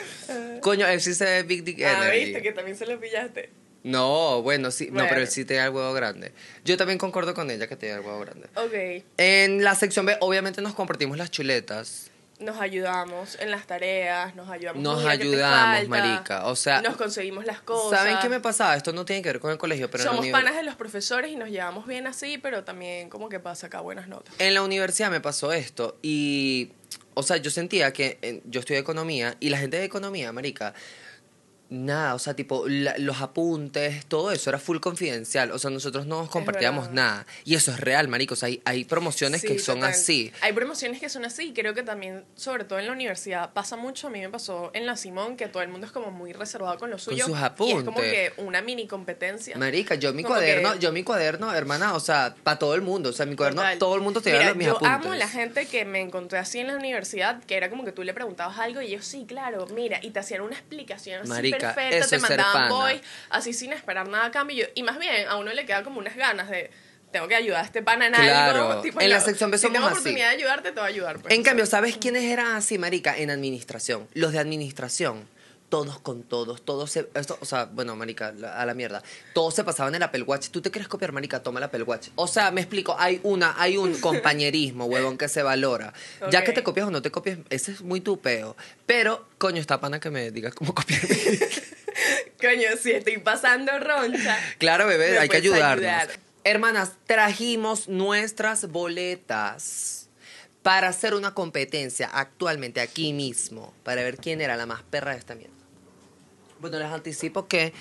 Speaker 2: Coño, él sí se ve Big Dick
Speaker 1: Ah,
Speaker 2: Energy.
Speaker 1: viste que también se lo pillaste.
Speaker 2: No, bueno, sí, no, pero
Speaker 1: Bueno.
Speaker 2: él sí tenía el huevo grande. Yo también concuerdo con ella que tenía el huevo grande.
Speaker 1: Ok,
Speaker 2: En la sección B, obviamente nos compartimos las chuletas.
Speaker 1: nos ayudamos en las tareas, nos ayudamos.
Speaker 2: Nos
Speaker 1: mira, ¿qué te
Speaker 2: ayudamos,
Speaker 1: falta?
Speaker 2: marica, o sea-
Speaker 1: nos conseguimos las cosas.
Speaker 2: ¿Saben qué me pasaba? Esto no tiene que ver con el colegio, pero en la
Speaker 1: Somos
Speaker 2: univers-
Speaker 1: panas de los profesores y nos llevamos bien así, pero también como que pasa acá buenas notas.
Speaker 2: En la universidad me pasó esto y, o sea, yo sentía que eh, yo estudié economía y la gente de economía, marica, nada, o sea, tipo, la- los apuntes, todo eso era full confidencial, o sea, nosotros no nos compartíamos
Speaker 1: verdad.
Speaker 2: nada y eso es real, marico, o sea, hay, hay promociones
Speaker 1: Sí,
Speaker 2: que son
Speaker 1: total.
Speaker 2: así.
Speaker 1: Hay promociones que son así y creo que también, sobre todo en la universidad, pasa mucho. A mí me pasó en la Simón que todo el mundo es como muy reservado con lo suyo.
Speaker 2: sus
Speaker 1: Y es como
Speaker 2: apuntes.
Speaker 1: que una mini competencia.
Speaker 2: Marica, yo mi
Speaker 1: Como
Speaker 2: cuaderno,
Speaker 1: que-
Speaker 2: yo mi cuaderno, hermana, o sea, para todo el mundo, o sea, mi cuaderno,
Speaker 1: Total.
Speaker 2: todo el mundo te da
Speaker 1: Mira,
Speaker 2: los- mis
Speaker 1: yo
Speaker 2: apuntes.
Speaker 1: amo la gente que me encontré así en la universidad, que era como que tú le preguntabas algo y ellos, sí, claro, mira, y te hacían una explicación así
Speaker 2: Marica,
Speaker 1: perfecta,
Speaker 2: eso
Speaker 1: te
Speaker 2: es ser
Speaker 1: mandaban
Speaker 2: pana.
Speaker 1: voice, así sin esperar nada a cambio. Y yo- Y más bien, a uno le queda como unas ganas de, tengo que ayudar a este pana en
Speaker 2: Claro.
Speaker 1: algo. (laughs) Tipo,
Speaker 2: En la
Speaker 1: yo,
Speaker 2: sección B
Speaker 1: si
Speaker 2: somos
Speaker 1: tengo
Speaker 2: así.
Speaker 1: oportunidad de ayudarte, te voy a ayudar. pues,
Speaker 2: En
Speaker 1: o
Speaker 2: cambio,
Speaker 1: sea.
Speaker 2: ¿sabes quiénes eran así, marica? En administración. Los de administración. Todos con todos, todos se... Esto, o sea, bueno, marica, la- a la mierda. Todos se pasaban el Apple Watch. ¿Tú te quieres copiar, marica? Toma el Apple Watch. O sea, me explico, hay una, hay un compañerismo, huevón, que se valora. Ya que
Speaker 1: Ok.
Speaker 2: te copias o no te copias, ese es muy tu peo. Pero, coño, está pana que me digas cómo copiarme.
Speaker 1: Coño, si estoy pasando roncha.
Speaker 2: claro, bebé,
Speaker 1: Me
Speaker 2: hay que
Speaker 1: puedes
Speaker 2: ayudarnos.
Speaker 1: ayudar.
Speaker 2: pues, Hermanas, trajimos nuestras boletas para hacer una competencia actualmente aquí mismo para ver quién era la más perra de esta mierda. Bueno, les anticipo que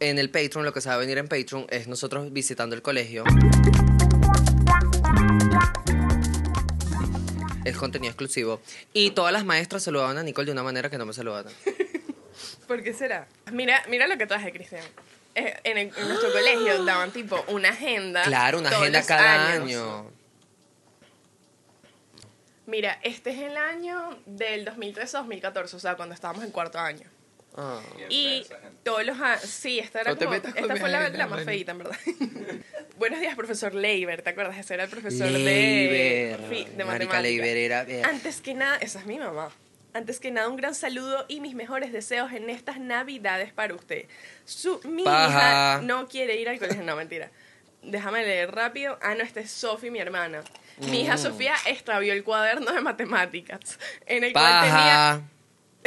Speaker 2: en el Patreon, lo que se va a venir en Patreon es nosotros visitando el colegio. Es contenido exclusivo. Y todas las maestras saludaban a Nicole de una manera que no me saludaban.
Speaker 1: ¿Por qué será? Mira, mira lo que traje, Cristian. Eh, En, el- en nuestro colegio daban tipo una agenda.
Speaker 2: Claro, una
Speaker 1: todos
Speaker 2: agenda
Speaker 1: los
Speaker 2: cada
Speaker 1: años.
Speaker 2: año.
Speaker 1: Mira, este es el año del 2013 a 2014, o sea, cuando estábamos en cuarto año.
Speaker 2: Ah.
Speaker 1: Y todos los años. Sí, esta era
Speaker 2: No te
Speaker 1: como-
Speaker 2: metas con
Speaker 1: Esta
Speaker 2: mi
Speaker 1: fue la,
Speaker 2: agenda,
Speaker 1: la más
Speaker 2: Mari.
Speaker 1: feita, en verdad. (laughs) Buenos días, profesor Leiber, ¿te acuerdas? Ese era el profesor
Speaker 2: Leiber.
Speaker 1: de. sí,
Speaker 2: Marica
Speaker 1: de matemática.
Speaker 2: Leiber era. eh,
Speaker 1: Antes que nada, esa es mi mamá. Antes que nada, un gran saludo y mis mejores deseos en estas navidades para usted. Su, mi
Speaker 2: Paja.
Speaker 1: hija no quiere ir al colegio. No, mentira. Déjame leer rápido. Ah, no, esta es Sofi, mi hermana. Mi hija
Speaker 2: Mm.
Speaker 1: Sofía extravió el cuaderno de matemáticas en el
Speaker 2: paja.
Speaker 1: cual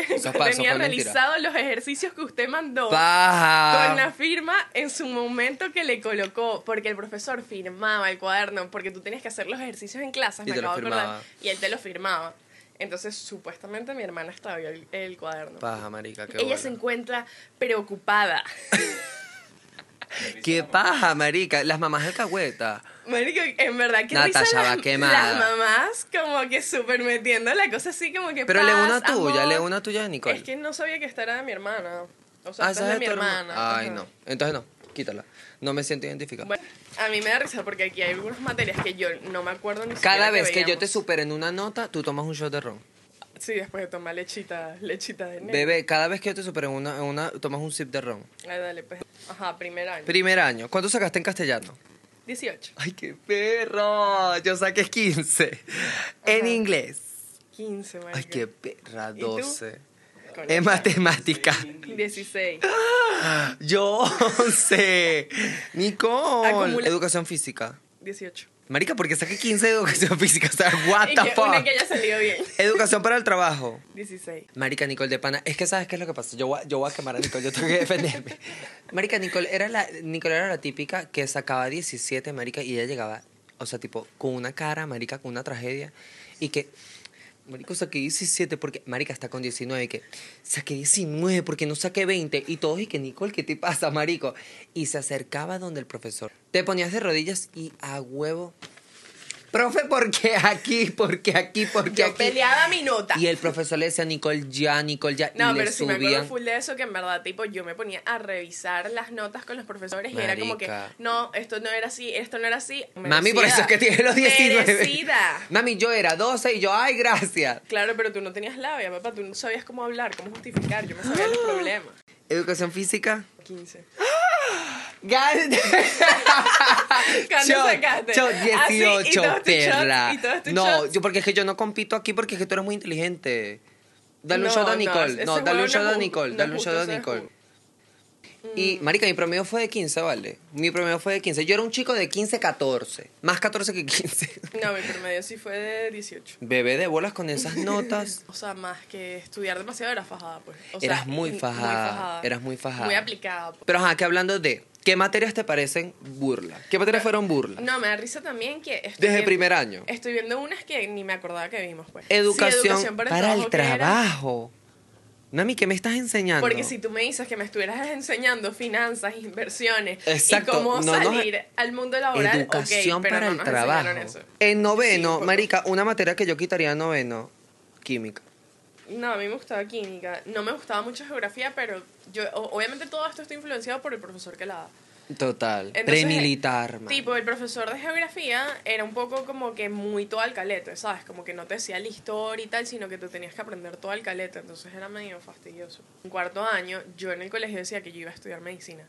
Speaker 1: tenía, (laughs)
Speaker 2: Eso es falso,
Speaker 1: tenía
Speaker 2: fue mentira.
Speaker 1: realizados los ejercicios que usted mandó con la
Speaker 2: Paja.
Speaker 1: firma en su momento que le colocó, porque el profesor firmaba el cuaderno, porque tú tenías que hacer los ejercicios en clases,
Speaker 2: Y
Speaker 1: me
Speaker 2: te lo
Speaker 1: acabo de acordar,
Speaker 2: firmaba.
Speaker 1: y él te lo firmaba. Entonces, supuestamente mi hermana extravió el, el cuaderno.
Speaker 2: Paja, marica. Qué,
Speaker 1: Ella
Speaker 2: bola.
Speaker 1: se encuentra preocupada. (laughs)
Speaker 2: qué paja, marica. Las mamás de cagüeta.
Speaker 1: Marico, en verdad, qué
Speaker 2: Natasha
Speaker 1: risa
Speaker 2: va
Speaker 1: las,
Speaker 2: quemada.
Speaker 1: las mamás como que súper metiendo la cosa así como que
Speaker 2: Pero lee
Speaker 1: paz,
Speaker 2: una tuya,
Speaker 1: amor.
Speaker 2: lee una tuya de Nicole.
Speaker 1: Es que no sabía que esta era de mi hermana. O sea,
Speaker 2: Ah,
Speaker 1: esta
Speaker 2: esa
Speaker 1: es de
Speaker 2: es
Speaker 1: mi
Speaker 2: tu herma-
Speaker 1: hermana.
Speaker 2: Ay,
Speaker 1: Ajá.
Speaker 2: no. Entonces no. Quítala. No me siento identificada.
Speaker 1: Bueno, a mí me da risa porque aquí hay algunas materias que yo no me acuerdo ni siquiera
Speaker 2: Cada vez que, yo te
Speaker 1: veíamos.
Speaker 2: supero en una nota, tú tomas un shot de ron.
Speaker 1: Sí, después de tomar lechita, lechita de negro.
Speaker 2: Bebé, cada vez que yo te supero en una, en una, tomas un sip de ron.
Speaker 1: Ay, dale, pues. Ajá, primer año.
Speaker 2: Primer año. ¿Cuánto sacaste en castellano?
Speaker 1: 18.
Speaker 2: Ay, qué perro. Yo saqué 15. En
Speaker 1: Ajá.
Speaker 2: inglés.
Speaker 1: 15, marica.
Speaker 2: Ay, qué perra.
Speaker 1: ¿Y tú?
Speaker 2: 12.
Speaker 1: Coño,
Speaker 2: En matemática.
Speaker 1: 16.
Speaker 2: Yo 11. Nicole.
Speaker 1: Acumula-
Speaker 2: Educación física.
Speaker 1: 18.
Speaker 2: Marica, porque saqué 15 de educación física. O sea, what
Speaker 1: Y
Speaker 2: the
Speaker 1: que
Speaker 2: fuck.
Speaker 1: una que haya salido bien.
Speaker 2: Educación para el trabajo.
Speaker 1: 16.
Speaker 2: Marica Nicole de Pana, es que sabes qué es lo que pasa. Yo voy a, yo voy a quemar a Nicole, yo tengo que defenderme. (laughs) Marica Nicole era la, Nicole era la típica que sacaba 17, Marica, y ella llegaba, o sea, tipo, con una cara, Marica, con una tragedia, y que, Marica, saqué 17, porque Marica está con 19, y que saqué 19, porque no saqué 20, y todos, y que Nicole, ¿qué te pasa, Marico? Y se acercaba donde el profesor. Te ponías de rodillas y a huevo. Profe, ¿por qué aquí? ¿Por qué aquí? ¿Por qué
Speaker 1: Yo
Speaker 2: aquí?
Speaker 1: peleaba mi nota.
Speaker 2: Y el profesor le decía, Nicole, ya, Nicole, ya.
Speaker 1: No,
Speaker 2: y
Speaker 1: pero
Speaker 2: le
Speaker 1: sí me acuerdo
Speaker 2: subían.
Speaker 1: full de eso que en verdad, tipo, yo me ponía a revisar las notas con los profesores y era como que,
Speaker 2: Marica.
Speaker 1: no, esto no era así, esto no era así.
Speaker 2: Mami, por eso es que tiene los 19.
Speaker 1: Merecida.
Speaker 2: Mami, yo era 12 y yo, ay, gracias.
Speaker 1: Claro, pero tú no tenías labia, papá, tú no sabías cómo hablar, cómo justificar, yo me
Speaker 2: (gasps)
Speaker 1: sabía los problemas.
Speaker 2: Educación física.
Speaker 1: 15. (laughs)
Speaker 2: Gante.
Speaker 1: ¿Cuánto sacaste?
Speaker 2: Yo,
Speaker 1: Ah, sí, y
Speaker 2: 18,
Speaker 1: todos tus shots,
Speaker 2: perra.
Speaker 1: y todos tus
Speaker 2: no,
Speaker 1: shots.
Speaker 2: yo, porque es que yo no compito aquí porque es que tú eres muy inteligente. Dale un
Speaker 1: No,
Speaker 2: shot a
Speaker 1: no,
Speaker 2: Nicole.
Speaker 1: ese
Speaker 2: No, dale
Speaker 1: huevo
Speaker 2: un shot
Speaker 1: no
Speaker 2: a
Speaker 1: es ju-
Speaker 2: Nicole.
Speaker 1: no
Speaker 2: Dale un
Speaker 1: es
Speaker 2: shot a
Speaker 1: justo, eso es
Speaker 2: Nicole. Y,
Speaker 1: Mm.
Speaker 2: marica, mi promedio fue de 15, ¿vale? Mi promedio fue de 15. Yo era un chico de 15, 14. Más 14 que 15.
Speaker 1: No, mi promedio sí fue de 18.
Speaker 2: (laughs) Bebé de bolas con esas notas.
Speaker 1: O sea, más que estudiar demasiado era fajada, pues. O sea,
Speaker 2: Eras muy
Speaker 1: m-
Speaker 2: fajada, eras muy fajada.
Speaker 1: Muy aplicada. pues.
Speaker 2: Pero ajá, que hablando de, ¿qué materias te parecen burla? ¿Qué materias fueron burla?
Speaker 1: No, me da risa también que... estoy
Speaker 2: Desde
Speaker 1: viendo-
Speaker 2: primer año.
Speaker 1: Estoy viendo unas que ni me acordaba que vimos, pues. Sí,
Speaker 2: Educación, para, el
Speaker 1: que era.
Speaker 2: trabajo. Nami, ¿qué me estás enseñando?
Speaker 1: Porque si tú me dices que me estuvieras enseñando finanzas, inversiones
Speaker 2: Exacto,
Speaker 1: y
Speaker 2: no
Speaker 1: cómo
Speaker 2: nos-
Speaker 1: salir al mundo laboral, ok,
Speaker 2: Educación
Speaker 1: pero
Speaker 2: para
Speaker 1: no
Speaker 2: el
Speaker 1: nos
Speaker 2: trabajo.
Speaker 1: enseñaron eso.
Speaker 2: En noveno,
Speaker 1: Sí, por-
Speaker 2: marica, una materia que yo quitaría en noveno, química.
Speaker 1: No, a mí me gustaba química. No me gustaba mucho geografía, pero yo o- obviamente todo esto está influenciado por el profesor que la da.
Speaker 2: Total.
Speaker 1: Entonces,
Speaker 2: Premilitar, man.
Speaker 1: Tipo, el profesor de geografía era un poco como que muy todo al calete, ¿sabes? Como que no te decía la historia y tal, sino que tú tenías que aprender todo al calete, entonces era medio fastidioso. En cuarto año, yo en el colegio decía que yo iba a estudiar medicina.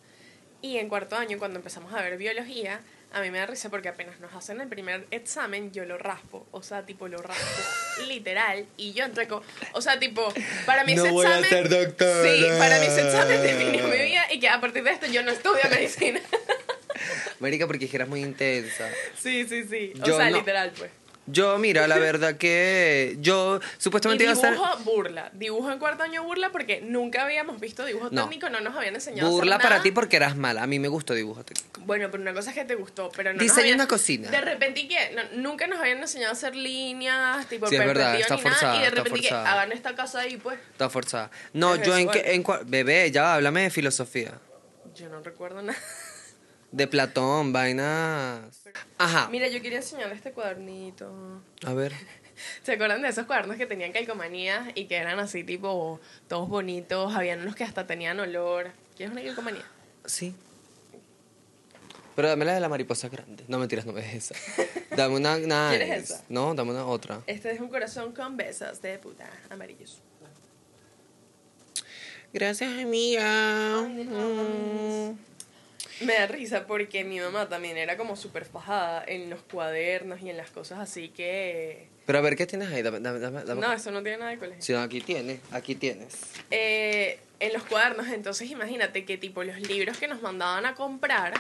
Speaker 1: Y en cuarto año, cuando empezamos a ver biología, a mí me da risa porque apenas nos hacen el primer examen, yo lo raspo. O sea, tipo, lo
Speaker 2: (laughs)
Speaker 1: raspo literal. Y yo entré con... O sea, tipo, para mí
Speaker 2: No
Speaker 1: ese
Speaker 2: voy a
Speaker 1: examen...
Speaker 2: ser doctora.
Speaker 1: Sí, para mí ese examen (laughs) definió mi vida y que a partir de esto yo no estudio medicina.
Speaker 2: Marica, porque es que eras muy
Speaker 1: (laughs)
Speaker 2: intensa.
Speaker 1: Sí, sí, sí. O
Speaker 2: Yo
Speaker 1: sea,
Speaker 2: no.
Speaker 1: literal, pues.
Speaker 2: Yo, mira, la verdad que yo
Speaker 1: Y
Speaker 2: supuestamente iba a ser...
Speaker 1: dibujo burla. Dibujo en cuarto año burla porque nunca habíamos visto dibujo
Speaker 2: No.
Speaker 1: técnico, no nos habían enseñado. a hacer
Speaker 2: Burla para
Speaker 1: nada.
Speaker 2: ti porque eras mala. A mí me gustó dibujo técnico.
Speaker 1: Bueno, pero una cosa es que te gustó, pero no. nos
Speaker 2: Diseño
Speaker 1: habían-
Speaker 2: una cocina.
Speaker 1: De repente, ¿y ¿qué? No, nunca nos habían enseñado a hacer líneas, tipo
Speaker 2: Sí, es verdad,
Speaker 1: perspectiva
Speaker 2: está
Speaker 1: ni
Speaker 2: forzada,
Speaker 1: nada. Y de
Speaker 2: está
Speaker 1: repente, ¿y ¿qué?
Speaker 2: forzada.
Speaker 1: Hagan esta casa ahí, pues.
Speaker 2: Está forzada. No,
Speaker 1: Es
Speaker 2: yo en,
Speaker 1: visual.
Speaker 2: que, en cua- Bebé, ya, háblame de filosofía.
Speaker 1: Yo no recuerdo nada.
Speaker 2: De Platón, vainas. Ajá.
Speaker 1: Mira, yo quería enseñar este cuadernito.
Speaker 2: A ver.
Speaker 1: ¿Se acuerdan de esos cuadernos que tenían calcomanías y que eran así, tipo, todos bonitos? Habían unos que hasta tenían olor. ¿Quieres una calcomanía?
Speaker 2: Sí. Pero dame la de la mariposa grande. No mentiras, no me des
Speaker 1: (laughs)
Speaker 2: esa. Dame una. nice.
Speaker 1: ¿Quieres esa?
Speaker 2: No, dame una otra.
Speaker 1: Este es un corazón con besas de puta amarillos.
Speaker 2: Gracias, amiga. Mm.
Speaker 1: Me da risa porque mi mamá también era como súper fajada en los cuadernos y en las cosas así que...
Speaker 2: Pero a ver, ¿qué tienes ahí? Dame, dame, dame. dame-
Speaker 1: No, eso no tiene nada de colegio.
Speaker 2: Sí, no, aquí tienes. Aquí tienes.
Speaker 1: Eh, en los cuadernos, entonces imagínate que tipo los libros que nos mandaban a comprar,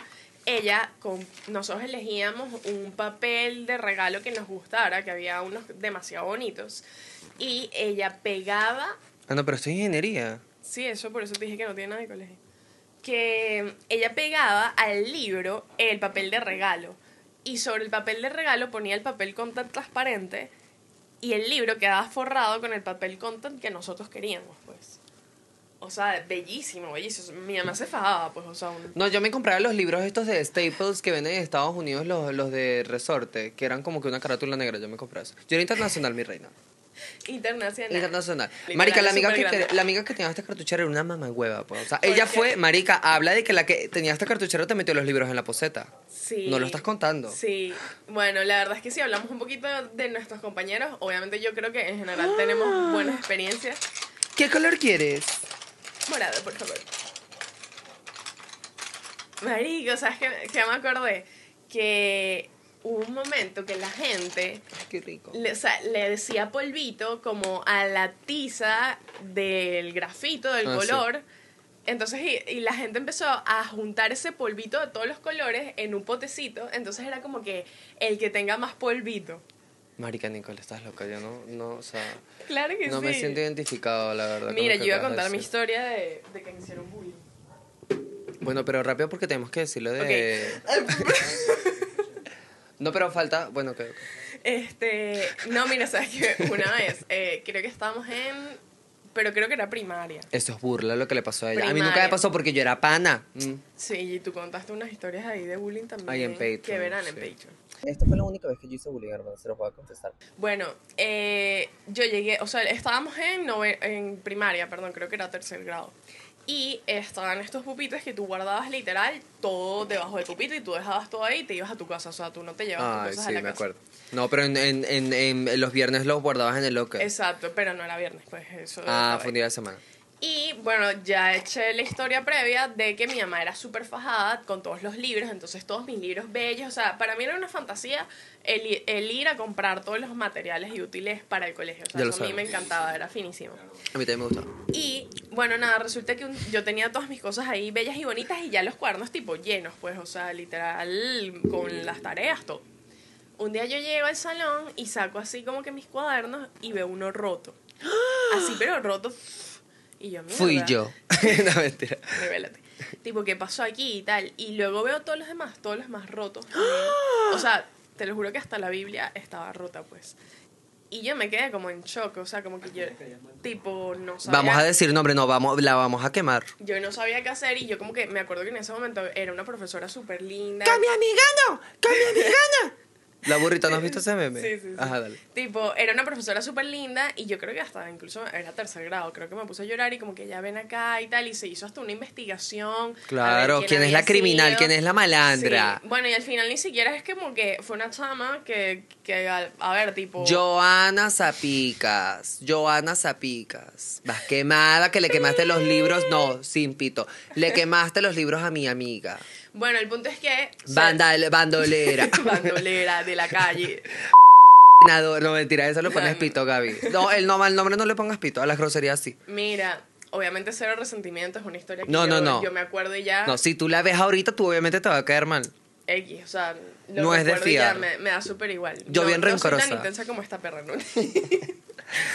Speaker 1: ella, con, nosotros elegíamos un papel de regalo que nos gustara, que había unos demasiado bonitos, y ella pegaba
Speaker 2: Ah, no, pero esto es ingeniería.
Speaker 1: Sí, eso por eso te dije que no tiene nada de colegio. Que ella pegaba al libro el papel de regalo. Y sobre el papel de regalo ponía el papel content transparente. Y el libro quedaba forrado con el papel content que nosotros queríamos, pues. O sea, bellísimo, bellísimo. Mi mamá se fajaba, pues, o sea, un-
Speaker 2: No, yo me compraba los libros estos de Staples que venden en Estados Unidos, los, los de resorte, que eran como que una carátula negra, yo me compraba eso. Yo era internacional, mi reina.
Speaker 1: Internacional.
Speaker 2: Internacional.
Speaker 1: Literal,
Speaker 2: Marica, la
Speaker 1: es
Speaker 2: amiga, que,
Speaker 1: supergrande.
Speaker 2: la amiga que tenía esta cartuchera era una mamagüeva, pues. O sea,
Speaker 1: ¿Por
Speaker 2: ella
Speaker 1: qué?
Speaker 2: fue, Marica, habla de que la que tenía esta cartuchera te metió los libros en la poseta.
Speaker 1: Sí.
Speaker 2: No lo estás contando.
Speaker 1: Sí. Bueno, la verdad es que si hablamos un poquito de nuestros compañeros, obviamente yo creo que en general tenemos buenas experiencias.
Speaker 2: ¿Qué color quieres?
Speaker 1: Morado, por favor. Marico, ¿sabes qué, qué me acordé? Que hubo un momento que la gente
Speaker 2: Ay, qué rico.
Speaker 1: le, o sea, le decía polvito como a la tiza del grafito, del
Speaker 2: Ah, sí.
Speaker 1: color. Entonces, y, y la gente empezó a juntar ese polvito de todos los colores en un potecito. Entonces era como que el que tenga más polvito.
Speaker 2: Marica, Nicole, estás loca. Yo no, no, o sea,
Speaker 1: Claro que
Speaker 2: no
Speaker 1: sí.
Speaker 2: me siento identificado, la verdad. con
Speaker 1: Mira,
Speaker 2: lo que
Speaker 1: yo iba a
Speaker 2: acabas de
Speaker 1: contar mi
Speaker 2: decir.
Speaker 1: historia de, de que me hicieron bullying.
Speaker 2: Bueno, pero rápido porque tenemos que decirlo de... (laughs)
Speaker 1: (laughs)
Speaker 2: no, pero falta... Bueno, que...
Speaker 1: Este, no, mira, sabes que una vez, eh, creo que estábamos en, pero creo que era primaria.
Speaker 2: Eso es burla lo que le pasó a ella. A mí nunca
Speaker 1: Primaria.
Speaker 2: me pasó porque yo era pana. Mm.
Speaker 1: Sí, y tú contaste unas historias ahí de bullying también.
Speaker 2: Ahí en Patreon,
Speaker 1: Que verán en
Speaker 2: sí.
Speaker 1: Patreon.
Speaker 2: Esta fue la única vez que yo hice bullying, hermano, se lo puedo contestar.
Speaker 1: Bueno, eh, yo llegué, o sea, estábamos en, nove- en primaria, perdón, creo que era tercer grado. Y estaban estos pupitres que tú guardabas literal todo debajo del pupito y tú dejabas todo ahí y te ibas a tu casa. O sea, tú no te
Speaker 2: Ay,
Speaker 1: llevabas tus cosas
Speaker 2: sí,
Speaker 1: a la
Speaker 2: me
Speaker 1: casa.
Speaker 2: acuerdo. No, pero en, en, en, en los viernes los guardabas en el locker.
Speaker 1: Exacto, pero no era viernes, pues eso.
Speaker 2: ah,
Speaker 1: estaba
Speaker 2: fue un
Speaker 1: ahí.
Speaker 2: día de semana.
Speaker 1: Y bueno, ya eché la historia previa de que mi mamá era súper fajada con todos los libros, entonces todos mis libros bellos, o sea, para mí era una fantasía el, i- el ir a comprar todos los materiales y útiles para el colegio, o sea,
Speaker 2: Ya lo
Speaker 1: eso a mí me
Speaker 2: sabemos.
Speaker 1: encantaba, era finísimo.
Speaker 2: A mí también me gustaba.
Speaker 1: Y bueno, nada, resulta que un- yo tenía todas mis cosas ahí bellas y bonitas y ya los cuadernos tipo llenos, pues, o sea, literal, con las tareas, todo. Un día yo llego al salón y saco así como que mis cuadernos y veo
Speaker 2: (gasps)
Speaker 1: uno roto. Así, pero roto. Y yo, mierda.
Speaker 2: Fui yo. (laughs) no, mentira.
Speaker 1: Revélate. Tipo, ¿qué pasó aquí y tal? Y luego veo todos los demás, todos los más rotos.
Speaker 2: ¡Ah!
Speaker 1: o sea, te lo juro que hasta la Biblia estaba rota, pues. Y yo me quedé como en shock, o sea, como que yo, tipo, no sabía.
Speaker 2: Vamos a decir nombre, no, vamos, la vamos a quemar.
Speaker 1: Yo no sabía qué hacer y yo como que me acuerdo que en ese momento era una profesora súper linda.
Speaker 2: amigano! ¡Cambia amigana! (laughs) La burrita, ¿no has visto ese meme?
Speaker 1: Sí, sí, sí.
Speaker 2: Ajá, dale.
Speaker 1: Tipo, era una profesora súper linda y yo creo que hasta incluso era tercer grado, creo que me puse a llorar y como que ya ven acá y tal, y se hizo hasta una investigación. a ver
Speaker 2: Claro, ¿quién es la
Speaker 1: había
Speaker 2: criminal?
Speaker 1: sido.
Speaker 2: ¿Quién es la malandra?
Speaker 1: Sí. Bueno, y al final ni siquiera es que como que fue una chama que, que a, a ver, tipo...
Speaker 2: Joana Zapicas, Joana Zapicas, vas quemada que le quemaste los libros, no, sin pito, le quemaste los libros a mi amiga,
Speaker 1: Bueno, el punto es que...
Speaker 2: Banda, bandolera,
Speaker 1: (laughs) Bandolera de la calle.
Speaker 2: no mentira, eso lo pones
Speaker 1: No, no.
Speaker 2: pito, Gaby, no, el, no, al nombre no le pongas pito, a las groserías sí,
Speaker 1: Mira, obviamente cero resentimiento es una historia que
Speaker 2: No,
Speaker 1: yo,
Speaker 2: no, no.
Speaker 1: yo me acuerdo y ya...
Speaker 2: no, si tú la ves ahorita, tú obviamente te va a caer mal,
Speaker 1: X, o sea, lo
Speaker 2: No es de
Speaker 1: recuerdo y
Speaker 2: fiar.
Speaker 1: Ya, me, me da súper igual.
Speaker 2: Yo
Speaker 1: no,
Speaker 2: bien
Speaker 1: No soy
Speaker 2: rencorosa.
Speaker 1: tan intensa como esta perra, ¿no?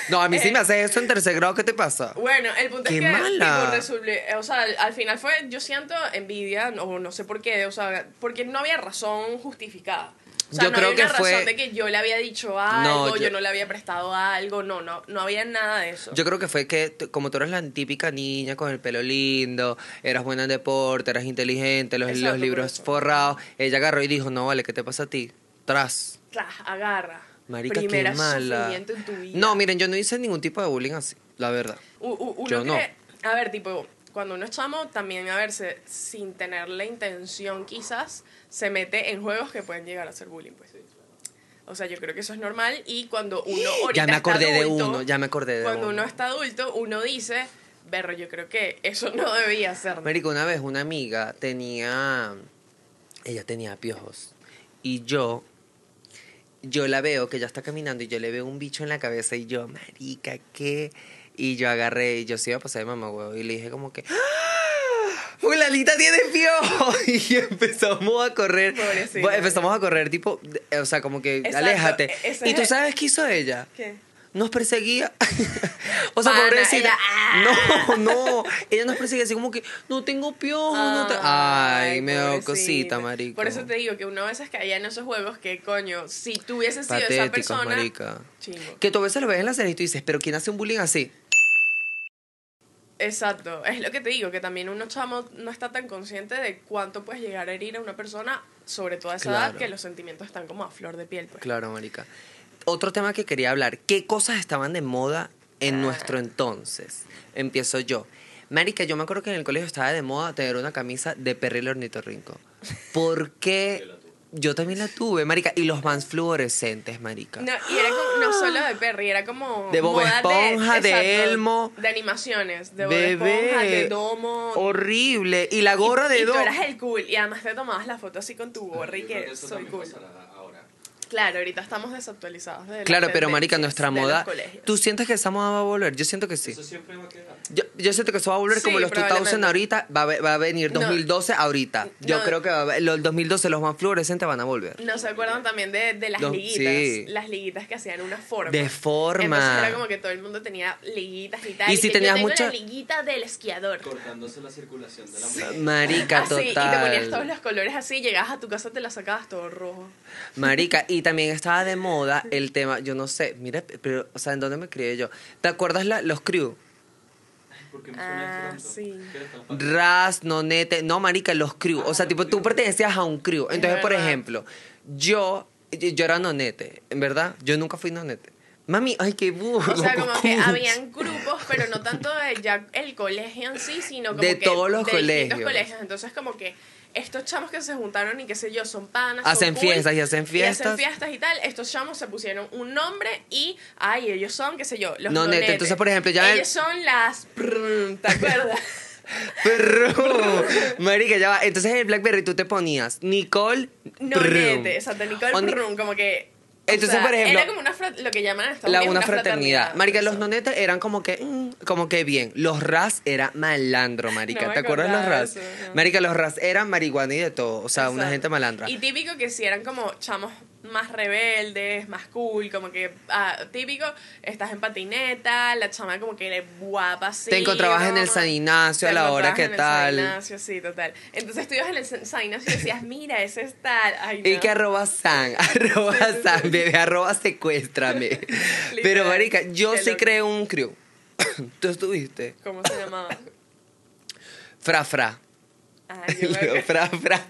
Speaker 2: no, a mí
Speaker 1: Eh.
Speaker 2: sí me haces eso en tercer grado, ¿qué te pasa?
Speaker 1: bueno, el punto
Speaker 2: Qué
Speaker 1: es que
Speaker 2: mala.
Speaker 1: tipo, resolví- o sea, al, al final fue, yo siento envidia, o no sé por qué, o sea, porque no había razón justificada. O sea,
Speaker 2: Yo
Speaker 1: no
Speaker 2: creo
Speaker 1: había
Speaker 2: que
Speaker 1: una razón
Speaker 2: fue-
Speaker 1: de que yo le había dicho algo,
Speaker 2: No,
Speaker 1: yo...
Speaker 2: yo-
Speaker 1: no le había prestado algo, no, no, no había nada de eso.
Speaker 2: Yo creo que fue que, t- como tú eras la típica niña con el pelo lindo, eras buena en deporte, eras inteligente, los,
Speaker 1: Exacto,
Speaker 2: los libros
Speaker 1: por eso.
Speaker 2: forrados, ella agarró y dijo, no, vale, ¿qué te pasa a ti? Tras.
Speaker 1: Tras, agarra.
Speaker 2: Marica,
Speaker 1: Primera
Speaker 2: qué mala.
Speaker 1: sufrimiento en tu vida.
Speaker 2: No, miren, yo no hice ningún tipo de bullying así, la verdad.
Speaker 1: U- u- uno
Speaker 2: Yo no.
Speaker 1: cree- a ver, tipo, cuando uno es chamo, también, a ver, se- sin tener la intención quizás, se mete en juegos que pueden llegar a ser bullying, pues. O sea, yo creo que eso es normal y
Speaker 2: (gasps)
Speaker 1: cuando uno ahorita
Speaker 2: Ya me
Speaker 1: está
Speaker 2: acordé de
Speaker 1: adulto,
Speaker 2: uno, ya me acordé de
Speaker 1: Cuando
Speaker 2: uno.
Speaker 1: uno está adulto, uno dice, berro, yo creo que eso no debía ser.
Speaker 2: Marica, una vez una amiga tenía. Ella tenía piojos. Y yo. Yo la veo que ya está caminando y yo le veo un bicho en la cabeza y yo, Marica, ¿qué? Y yo agarré y yo sí iba a pasar de mamá, huevo. Y le dije, como que. ¡Ah! ¡Fulanita tiene piojos! (laughs) Y empezamos a correr.
Speaker 1: Pobrecita.
Speaker 2: Bueno, empezamos a correr, tipo. de- O sea, como que,
Speaker 1: Exacto,
Speaker 2: aléjate.
Speaker 1: e- ese
Speaker 2: ¿Y tú
Speaker 1: es-
Speaker 2: sabes qué hizo ella?
Speaker 1: ¿Qué?
Speaker 2: nos perseguía. (laughs) o sea,
Speaker 1: Pana,
Speaker 2: pobrecita.
Speaker 1: ella, ah.
Speaker 2: No, no. Ella nos perseguía así como que no tengo piojo. no te- Ay, me dio cosita, marica.
Speaker 1: Ah, Por eso te digo que uno a veces caía en esos juegos que, coño, si tú hubieses sido esa
Speaker 2: Patéticos,
Speaker 1: persona...
Speaker 2: marica.
Speaker 1: Chingo.
Speaker 2: Que tú a veces lo ves en la serie y tú dices, pero ¿quién hace un bullying así?
Speaker 1: Exacto, es lo que te digo, que también uno chamo no está tan consciente de cuánto puedes llegar a herir a una persona, sobre todo a esa edad,
Speaker 2: Claro.
Speaker 1: que los sentimientos están como a flor de piel. Pues.
Speaker 2: Claro, marica. otro tema que quería hablar. ¿Qué cosas estaban de moda
Speaker 1: Ah.
Speaker 2: en nuestro entonces? Empiezo yo. Marica, yo me acuerdo que en el colegio estaba de moda tener una camisa de Perril Ornitorrinco.
Speaker 1: (laughs)
Speaker 2: ¿Por qué? Yo también la tuve, marica. Y los vans fluorescentes, marica.
Speaker 1: No, y era como, no solo de Perry, era como.
Speaker 2: De Bob
Speaker 1: moda
Speaker 2: Esponja, de Elmo.
Speaker 1: De animaciones, de Bob
Speaker 2: Bebé.
Speaker 1: Esponja, de Domo.
Speaker 2: Horrible. Y la gorra
Speaker 1: Y-
Speaker 2: de
Speaker 1: y
Speaker 2: Domo.
Speaker 1: Tú eras el cool. Y además te tomabas la foto así con tu gorra y
Speaker 4: Yo creo
Speaker 1: que
Speaker 4: eso
Speaker 1: soy
Speaker 4: también
Speaker 1: cool.
Speaker 4: pasará ahora.
Speaker 1: Claro, ahorita estamos desactualizados. De las
Speaker 2: Claro, pero marica,
Speaker 1: tendencias
Speaker 2: nuestra
Speaker 1: de los
Speaker 2: moda.
Speaker 1: colegios.
Speaker 2: ¿Tú sientes que esa moda va a volver? Yo siento que sí.
Speaker 4: Eso siempre va a quedar.
Speaker 2: Yo, yo siento que eso va a volver
Speaker 1: Sí,
Speaker 2: como los 2000
Speaker 1: probablemente.
Speaker 2: ahorita, va a, ve- va a venir
Speaker 1: No.
Speaker 2: 2012 ahorita. Yo
Speaker 1: No.
Speaker 2: creo que va a haber- los 2012 los más fluorescentes van a volver.
Speaker 1: No se acuerdan también de, de las
Speaker 2: No,
Speaker 1: liguitas.
Speaker 2: sí.
Speaker 1: Las liguitas que hacían una forma.
Speaker 2: De forma.
Speaker 1: Entonces era como que todo el mundo tenía liguitas y tal.
Speaker 2: Y
Speaker 1: y
Speaker 2: si
Speaker 1: que
Speaker 2: tenías
Speaker 1: yo tengo
Speaker 2: mucha-
Speaker 1: La liguita del esquiador.
Speaker 4: Cortándose la circulación de la mano.
Speaker 2: Marica
Speaker 1: así, Ah, y te ponías todos
Speaker 2: total.
Speaker 1: los (laughs) colores así, llegabas a tu casa, te la sacabas todo rojo.
Speaker 2: Marica, y también estaba de moda el tema, yo no sé, mira, pero, o sea, ¿en dónde me crié yo? ¿Te acuerdas la- los crew?
Speaker 4: Porque me suena
Speaker 1: Ah,
Speaker 4: esto tanto.
Speaker 1: sí.
Speaker 4: ¿Qué eres tan fácil?
Speaker 2: Ras, Nonete, no, marica, los crew. O sea, tipo, tú pertenecías a un crew. Entonces, por
Speaker 1: verdad.
Speaker 2: ejemplo, yo, yo era Nonete, en verdad, yo nunca fui Nonete. Mami, ay, qué burro.
Speaker 1: O sea,
Speaker 2: (laughs)
Speaker 1: como que habían grupos, pero no tanto de ya el colegio en sí, sino como
Speaker 2: De
Speaker 1: que
Speaker 2: todos los
Speaker 1: de distintos
Speaker 2: colegios.
Speaker 1: colegios. Entonces, como que estos chamos que se juntaron y qué sé yo, son panas. son
Speaker 2: Hacen
Speaker 1: cool,
Speaker 2: fiestas y hacen
Speaker 1: Y
Speaker 2: fiestas.
Speaker 1: hacen fiestas y tal. Estos chamos se pusieron un nombre y, ay, ellos son, qué sé yo, los
Speaker 2: No, neta,
Speaker 1: donetes.
Speaker 2: entonces, por ejemplo, ya-
Speaker 1: Ellos son las...
Speaker 2: (laughs)
Speaker 1: ¿Te acuerdas?
Speaker 2: Perro. Marica, ya va. Entonces en el Blackberry tú te ponías Nicole.
Speaker 1: No,
Speaker 2: prum.
Speaker 1: neta, exacto, Nicole
Speaker 2: O ni-
Speaker 1: Prum, como que... o
Speaker 2: Entonces, por ejemplo,
Speaker 1: Era como una frat- lo que llaman en Estados
Speaker 2: La
Speaker 1: Unidos
Speaker 2: una fraternidad. Marica, los
Speaker 1: Eso.
Speaker 2: nonetas eran como que, mm, como que bien. Los ras era malandro, marica.
Speaker 1: No me
Speaker 2: ¿Te acuerdas de los
Speaker 1: acordaba
Speaker 2: ras?
Speaker 1: de eso, no.
Speaker 2: Marica, los ras eran marihuana y de todo. O sea, una
Speaker 1: Exacto.
Speaker 2: gente malandra.
Speaker 1: Y típico que si eran como chamos más rebeldes, más cool, como que ah, típico, estás en patineta, la chama como que eres guapa, sí.
Speaker 2: Te encontrabas en
Speaker 1: ¿no?
Speaker 2: el San Ignacio a
Speaker 1: Te
Speaker 2: la hora
Speaker 1: encontrabas
Speaker 2: que
Speaker 1: en el
Speaker 2: tal.
Speaker 1: San Ignacio, sí, total. Entonces tú ibas en el San San Ignacio y decías, mira, ese es tal. Ay,
Speaker 2: Y
Speaker 1: no.
Speaker 2: que arroba san, (laughs) arroba san, bebé, arroba
Speaker 1: (laughs)
Speaker 2: secuéstrame. Pero,
Speaker 1: Literal.
Speaker 2: marica, yo
Speaker 1: Qué
Speaker 2: sí
Speaker 1: loco.
Speaker 2: creé un crew. (coughs) Tú estuviste.
Speaker 1: ¿Cómo se
Speaker 2: (laughs)
Speaker 1: llamaba?
Speaker 2: Fra, fra.
Speaker 1: (laughs) Ay, yo me acuerdo.
Speaker 2: fra, fra.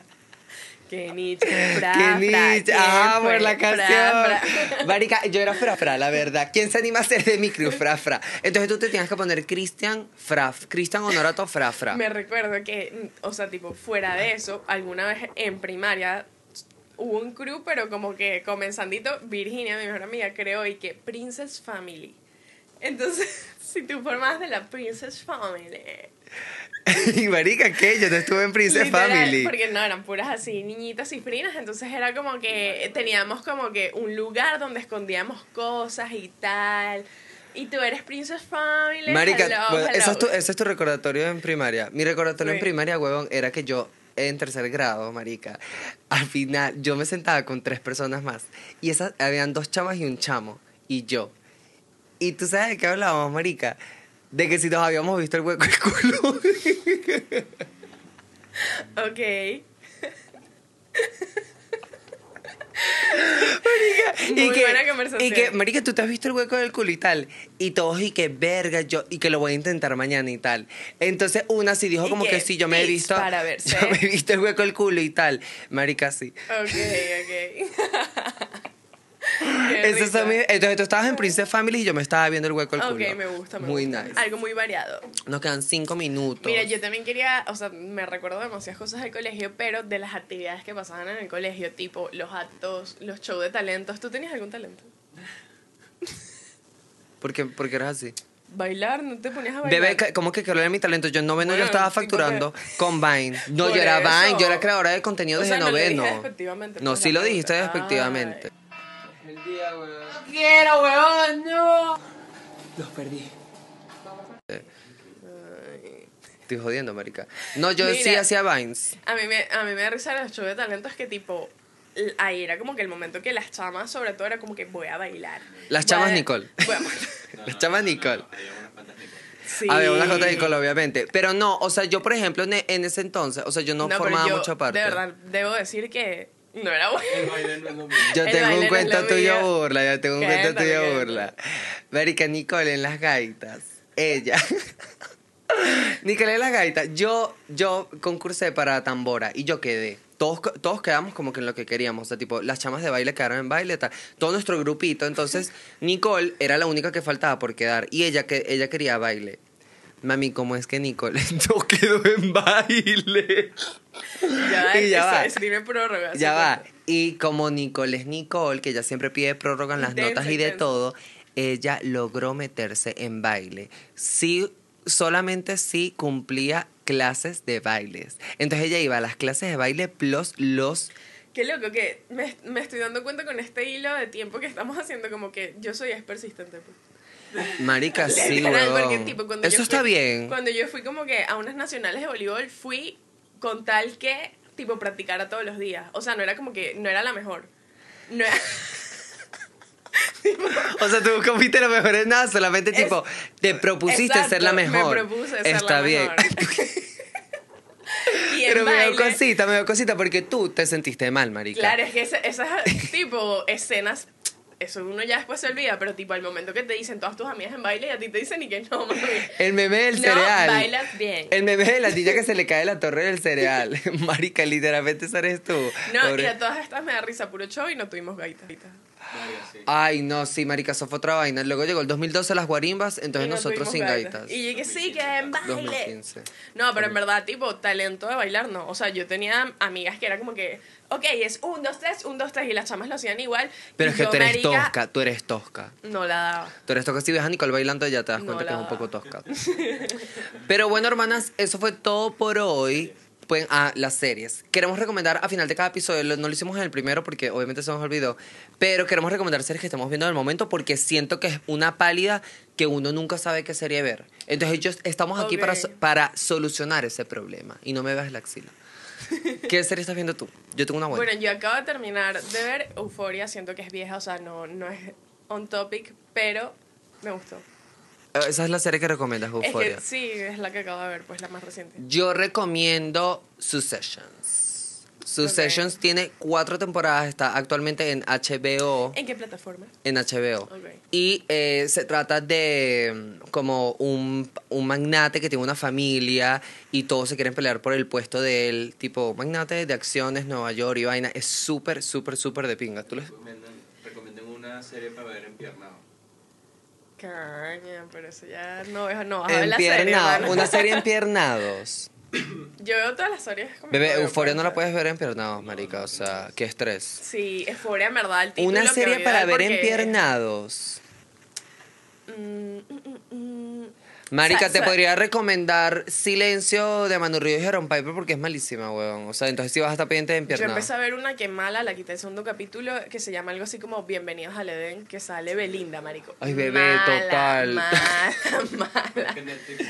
Speaker 1: Qué Nietzsche, fra,
Speaker 2: ¡Qué
Speaker 1: fra,
Speaker 2: niche!
Speaker 1: ¿quién
Speaker 2: ¡Ah,
Speaker 1: fue?
Speaker 2: por la
Speaker 1: Fra,
Speaker 2: canción!
Speaker 1: fra.
Speaker 2: Marica, yo era frafra, la verdad. ¿Quién se anima a ser de mi crew? Frafra. Entonces tú te tenías que poner Cristian Fraf. Cristian Honorato Frafra.
Speaker 1: Me recuerdo que, mm, o sea, tipo, fuera de eso, alguna vez en primaria hubo un crew, pero como que comenzandito, Virginia, mi mejor amiga, creó y que Princess Family. Entonces, (laughs) si tú formabas de la Princess Family.
Speaker 2: (laughs) Y marica, ¿qué? Yo no estuve en Princess
Speaker 1: literal,
Speaker 2: Family.
Speaker 1: Porque no, eran puras así, niñitas y frinas. Entonces era como que teníamos como que un lugar donde escondíamos cosas y tal. Y tú eres Princess Family.
Speaker 2: Marica,
Speaker 1: hello,
Speaker 2: bueno, Ese, es
Speaker 1: hello.
Speaker 2: tu, ese es tu recordatorio en primaria. Mi recordatorio en
Speaker 1: Sí.
Speaker 2: primaria, huevón, era que yo en tercer grado, marica, al final yo me sentaba con tres personas más y esas habían dos chamas y un chamo y yo. Y tú sabes de qué hablábamos, marica, de que si nos habíamos visto el hueco del culo. (laughs)
Speaker 1: Ok.
Speaker 2: y
Speaker 1: Muy
Speaker 2: que,
Speaker 1: buena conversación.
Speaker 2: Y que, marica, tú te has visto el hueco del culo y tal. Y todos, y que verga, yo, y que lo voy a intentar mañana y tal. Entonces, una sí dijo
Speaker 1: Y
Speaker 2: como que,
Speaker 1: que,
Speaker 2: sí, yo me he
Speaker 1: "Bitch,
Speaker 2: visto.
Speaker 1: para verse".
Speaker 2: (laughs) Yo me he visto el hueco del culo y tal. Marica, sí.
Speaker 1: Ok, ok.
Speaker 2: (laughs)
Speaker 1: Qué
Speaker 2: Ese es
Speaker 1: risa.
Speaker 2: mi- entonces, tú estabas en Princess Family y yo me estaba viendo el hueco del culo.
Speaker 1: Ok, me gusta, me
Speaker 2: Muy
Speaker 1: gusta.
Speaker 2: nice.
Speaker 1: Algo muy variado.
Speaker 2: Nos quedan cinco minutos.
Speaker 1: Mira, yo también quería, o sea, me recuerdo demasiadas cosas del colegio, pero de las actividades que pasaban en el colegio, tipo los actos, los shows de talentos. ¿Tú tenías algún talento?
Speaker 2: ¿Por qué, por qué eras así?
Speaker 1: Bailar, no te ponías a bailar.
Speaker 2: Bebé, ca- ¿cómo que creo era mi talento? Yo en noveno yo
Speaker 1: Bueno,
Speaker 2: estaba
Speaker 1: tipo que-
Speaker 2: facturando con Vine. No,
Speaker 1: Por
Speaker 2: yo era Vine,
Speaker 1: eso.
Speaker 2: yo era creadora de contenido
Speaker 1: O
Speaker 2: desde
Speaker 1: sea, no lo dije
Speaker 2: noveno.
Speaker 1: despectivamente,
Speaker 2: No,
Speaker 1: pues,
Speaker 2: sí
Speaker 1: la
Speaker 2: lo dijiste
Speaker 1: pregunta.
Speaker 2: despectivamente.
Speaker 4: El día, weón.
Speaker 1: ¡Quiero, huevón! ¡No!
Speaker 4: Los perdí.
Speaker 2: Estoy jodiendo, marica. No, yo
Speaker 1: Mira.
Speaker 2: sí hacía Vines.
Speaker 1: A mí, me, a mí me da risa los shows de talentos que tipo, l- ahí era como que el momento que las chamas, sobre todo, era como que voy a bailar.
Speaker 2: Las
Speaker 1: Voy a-
Speaker 2: chamas Nicole.
Speaker 1: voy
Speaker 2: (laughs)
Speaker 1: a-
Speaker 2: La chama Nicole.
Speaker 4: Hay unas cuantas Nicole.
Speaker 1: Sí.
Speaker 2: Había una J de Nicole, obviamente. Pero no, o sea, yo, por ejemplo, en, en ese entonces, o sea, yo no,
Speaker 1: pero
Speaker 2: formaba
Speaker 1: yo,
Speaker 2: mucha parte.
Speaker 1: De verdad, debo decir que no era
Speaker 2: (laughs)
Speaker 4: El
Speaker 1: bueno.
Speaker 4: baile no es lo mismo.
Speaker 2: Yo
Speaker 1: El
Speaker 2: tengo
Speaker 1: baile
Speaker 2: un
Speaker 1: no es
Speaker 2: cuento
Speaker 1: lo
Speaker 2: tuyo
Speaker 1: mío.
Speaker 2: burla, yo tengo un cuento
Speaker 1: Cántame,
Speaker 2: tuyo
Speaker 1: cántame.
Speaker 2: burla. Marica Nicole en las gaitas. Ella. (laughs) Nicole en las gaitas. Yo, yo concursé para tambora y yo quedé. todos, co- todos quedamos como que en lo que queríamos. O sea, tipo, las chamas de baile quedaron en baile, tal. Todo nuestro grupito. Entonces, Nicole era la única que faltaba por quedar. Y ella, que, ella quería baile. Mami, ¿cómo es que Nicole (laughs) no quedó en baile?
Speaker 1: Ya, va,
Speaker 2: Y ya
Speaker 1: eso
Speaker 2: va.
Speaker 1: escribe prórroga.
Speaker 2: Ya
Speaker 1: sí,
Speaker 2: va.
Speaker 1: cuenta.
Speaker 2: Y como Nicole es Nicole, que ella siempre pide prórroga en las
Speaker 1: Intensa,
Speaker 2: notas y de
Speaker 1: intensa.
Speaker 2: todo, ella logró meterse en baile. Sí, solamente sí cumplía clases de bailes. Entonces ella iba a las clases de baile plus los...
Speaker 1: Qué loco que me, me estoy dando cuenta con este hilo de tiempo que estamos haciendo, como que yo soy es persistente. pues. (laughs)
Speaker 2: Maricas, sí,
Speaker 1: Literal,
Speaker 2: huevón.
Speaker 1: porque, tipo, cuando
Speaker 2: Eso
Speaker 1: yo
Speaker 2: está
Speaker 1: fui-
Speaker 2: bien.
Speaker 1: Cuando yo fui como que a unas nacionales de voleibol, fui con tal que, tipo, practicara todos los días. O sea, no era como que, no era la mejor. No era-
Speaker 2: (laughs) O sea, tú comiste lo mejor en nada, solamente tipo, te propusiste ser la
Speaker 1: Exacto,
Speaker 2: mejor.
Speaker 1: Me propuse ser
Speaker 2: está
Speaker 1: la
Speaker 2: bien.
Speaker 1: mejor. y en
Speaker 2: Pero me
Speaker 1: baile,
Speaker 2: dio cosita, me dio cosita, porque tú te sentiste mal, marica.
Speaker 1: Claro, es que esa- esas, tipo, escenas... Eso uno ya después se olvida, pero tipo al momento que te dicen todas tus amigas en baile y a ti te dicen y que no, mami.
Speaker 2: El meme del
Speaker 1: No,
Speaker 2: cereal.
Speaker 1: bailas bien.
Speaker 2: El meme de la niña que se le cae la torre del
Speaker 1: (laughs)
Speaker 2: cereal. Marica, literalmente esa eres tú.
Speaker 1: No,
Speaker 2: Pobre-
Speaker 1: y a todas estas me da risa puro show y no tuvimos gaita. Y
Speaker 4: Verga, sí.
Speaker 2: Ay, no, sí, marica, eso fue otra vaina. Luego llegó el 2012 las guarimbas, entonces
Speaker 1: no
Speaker 2: nosotros
Speaker 1: tuvimos
Speaker 2: sin
Speaker 1: gaita.
Speaker 2: gaitas.
Speaker 1: Y yo que sí, que en baile.
Speaker 2: 2015.
Speaker 1: No, pero en verdad, tipo, talento de bailar no. O sea, yo tenía amigas que era como que, ok, es un, dos, tres, un, dos, tres, y las chamas lo hacían igual.
Speaker 2: Pero
Speaker 1: y
Speaker 2: es que
Speaker 1: yo,
Speaker 2: tú eres
Speaker 1: marica,
Speaker 2: tosca, tú eres tosca.
Speaker 1: No la daba.
Speaker 2: Tú eres tosca. Si ves a Nicole bailando, ya te das
Speaker 1: No
Speaker 2: cuenta que es
Speaker 1: la
Speaker 2: un poco
Speaker 1: da. (laughs)
Speaker 2: tosca. Pero bueno, hermanas, eso fue todo por hoy. Pues a las series. Queremos recomendar a final de cada episodio, lo- no lo hicimos en el primero porque obviamente se nos olvidó, pero queremos recomendar series que estamos viendo en el momento porque siento que es una pálida que uno nunca sabe qué serie ver. Entonces ellos estamos aquí para,
Speaker 1: Ok.
Speaker 2: so- para solucionar ese problema y no me veas la axila. ¿Qué serie estás viendo tú? Yo tengo una buena.
Speaker 1: Bueno, yo acabo de terminar de ver Euforia, siento que es vieja, o sea, no, no es on topic, pero me gustó.
Speaker 2: Eh, Esa es la serie que recomiendas, Euphoria.
Speaker 1: Es que sí, es la que acabo de ver, pues la más reciente.
Speaker 2: Yo recomiendo Successions. Successions tiene cuatro temporadas, está actualmente en HBO.
Speaker 1: ¿En qué plataforma?
Speaker 2: En HBO.
Speaker 1: Ok.
Speaker 2: Y eh, se trata de mm, como un, un magnate que tiene una familia y todos se quieren pelear por el puesto de él, tipo magnate de acciones, Nueva York y vaina. Es súper, súper, súper de pinga. ¿Tú lo-
Speaker 1: Ah.
Speaker 4: Recomiendan- Recomienden una serie para ver empiernado.
Speaker 1: Caña, pero eso ya no, es- no vas a ver la serie.
Speaker 2: Empiernados.
Speaker 1: hermano.
Speaker 2: Una serie empiernados.
Speaker 1: (laughs) Yo veo todas las series como
Speaker 2: Bebé, Euforia
Speaker 1: pues
Speaker 2: no la puedes ver empiernados, marica. O sea, qué estrés.
Speaker 1: Sí, Euforia en verdad el título
Speaker 2: Una
Speaker 1: que
Speaker 2: serie
Speaker 1: voy a
Speaker 2: para ver
Speaker 1: porque- (laughs)
Speaker 2: empiernados.
Speaker 1: Mm, mm, mm, mm.
Speaker 2: Marica,
Speaker 1: Sa-
Speaker 2: te
Speaker 1: sa-
Speaker 2: podría recomendar Silencio de Manu Ríos y Jerome Piper porque es malísima, weón. O sea, entonces si vas a estar pendiente de
Speaker 1: Yo
Speaker 2: empiernados.
Speaker 1: empecé a ver una que es mala, la quité el segundo capítulo, que se llama algo así como Bienvenidos al Edén, que sale Belinda, marico.
Speaker 2: Ay, bebé, total.
Speaker 1: Mala, mala. (laughs)
Speaker 4: Que Netflix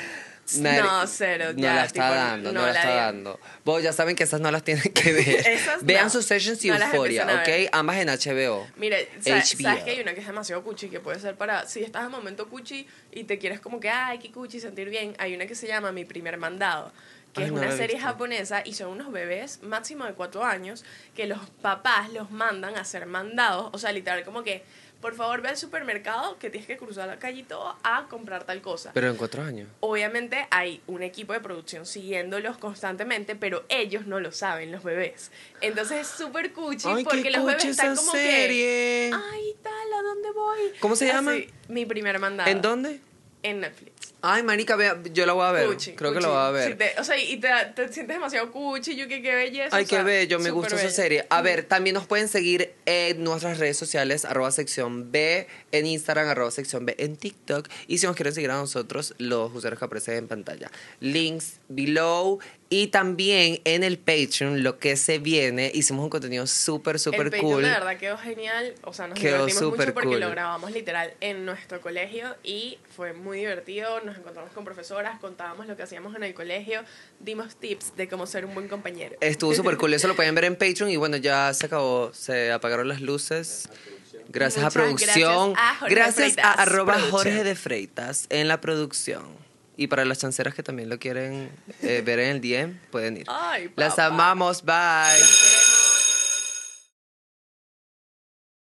Speaker 2: Mari-
Speaker 1: No, cero,
Speaker 2: No
Speaker 1: ya,
Speaker 2: la está
Speaker 1: tipo,
Speaker 2: dando, no,
Speaker 1: no
Speaker 2: la
Speaker 1: la
Speaker 2: está
Speaker 1: veo.
Speaker 2: dando. Vos ya saben que esas no las tienen
Speaker 1: (laughs)
Speaker 2: que ver.
Speaker 1: Esas
Speaker 2: Vean
Speaker 1: no.
Speaker 2: Succession y
Speaker 1: No las
Speaker 2: Euphoria,
Speaker 1: empiecen a
Speaker 2: ¿ok?
Speaker 1: ver.
Speaker 2: Ambas en HBO.
Speaker 1: Mire, sa-
Speaker 2: HBO.
Speaker 1: sabes que hay una que es demasiado cuchi, que puede ser para, si estás en momento cuchi y te quieres como que, ay, qué cuchi, sentir bien, hay una que se llama Mi Primer Mandado, que
Speaker 2: Ay,
Speaker 1: es
Speaker 2: no
Speaker 1: una
Speaker 2: la he
Speaker 1: serie
Speaker 2: visto.
Speaker 1: japonesa y son unos bebés máximo de cuatro años que los papás los mandan a ser mandados, o sea, literal, como que, por favor, ve al supermercado que tienes que cruzar la calle y todo a comprar tal cosa.
Speaker 2: Pero en cuatro años.
Speaker 1: Obviamente hay un equipo de producción siguiéndolos constantemente, pero ellos no lo saben, los bebés. Entonces es súper cuchi porque los bebés
Speaker 2: cuchi
Speaker 1: están
Speaker 2: esa
Speaker 1: como que...
Speaker 2: serie.
Speaker 1: Ay, tal, ¿a dónde voy?
Speaker 2: ¿Cómo se llama?
Speaker 1: Mi primer mandado.
Speaker 2: ¿En dónde?
Speaker 1: En Netflix.
Speaker 2: Ay, marica, vea, yo la voy a ver.
Speaker 1: Cuchi,
Speaker 2: Creo que
Speaker 1: cuchi.
Speaker 2: la voy a ver.
Speaker 1: Sí, te- o sea, y te, te sientes demasiado cuchi, yo que qué belleza.
Speaker 2: Ay,
Speaker 1: o
Speaker 2: qué
Speaker 1: sea,
Speaker 2: bello, me
Speaker 1: súper
Speaker 2: gusta esa
Speaker 1: bello.
Speaker 2: serie. A ver, también nos pueden seguir en nuestras redes sociales, arroba sección B, en Instagram, arroba sección B, en TikTok. Y si nos quieren seguir a nosotros, los usuarios que aparecen en pantalla. Links below. Y también en el Patreon, lo que se viene, hicimos un contenido súper,
Speaker 1: el
Speaker 2: súper
Speaker 1: Patreon,
Speaker 2: cool.
Speaker 1: de verdad quedó genial, o sea, nos
Speaker 2: Quedó
Speaker 1: divertimos
Speaker 2: súper
Speaker 1: mucho porque
Speaker 2: cool.
Speaker 1: lo grabamos literal en nuestro colegio y fue muy divertido, nos encontramos con profesoras, contábamos lo que hacíamos en el colegio, dimos tips de cómo ser un buen compañero. (laughs)
Speaker 2: Estuvo súper cool, eso lo pueden ver en Patreon. Y bueno, ya se acabó, se apagaron las luces. Gracias
Speaker 1: Muchas
Speaker 2: a producción.
Speaker 1: gracias a Jorge
Speaker 2: Gracias a,
Speaker 1: Freitas,
Speaker 2: arroba
Speaker 1: production.
Speaker 2: Jorge de Freitas en la producción. Y para las chanceras que también lo quieren eh, ver en el DM, pueden ir.
Speaker 1: Ay,
Speaker 2: Las
Speaker 1: papá.
Speaker 2: amamos, bye.
Speaker 1: Pero-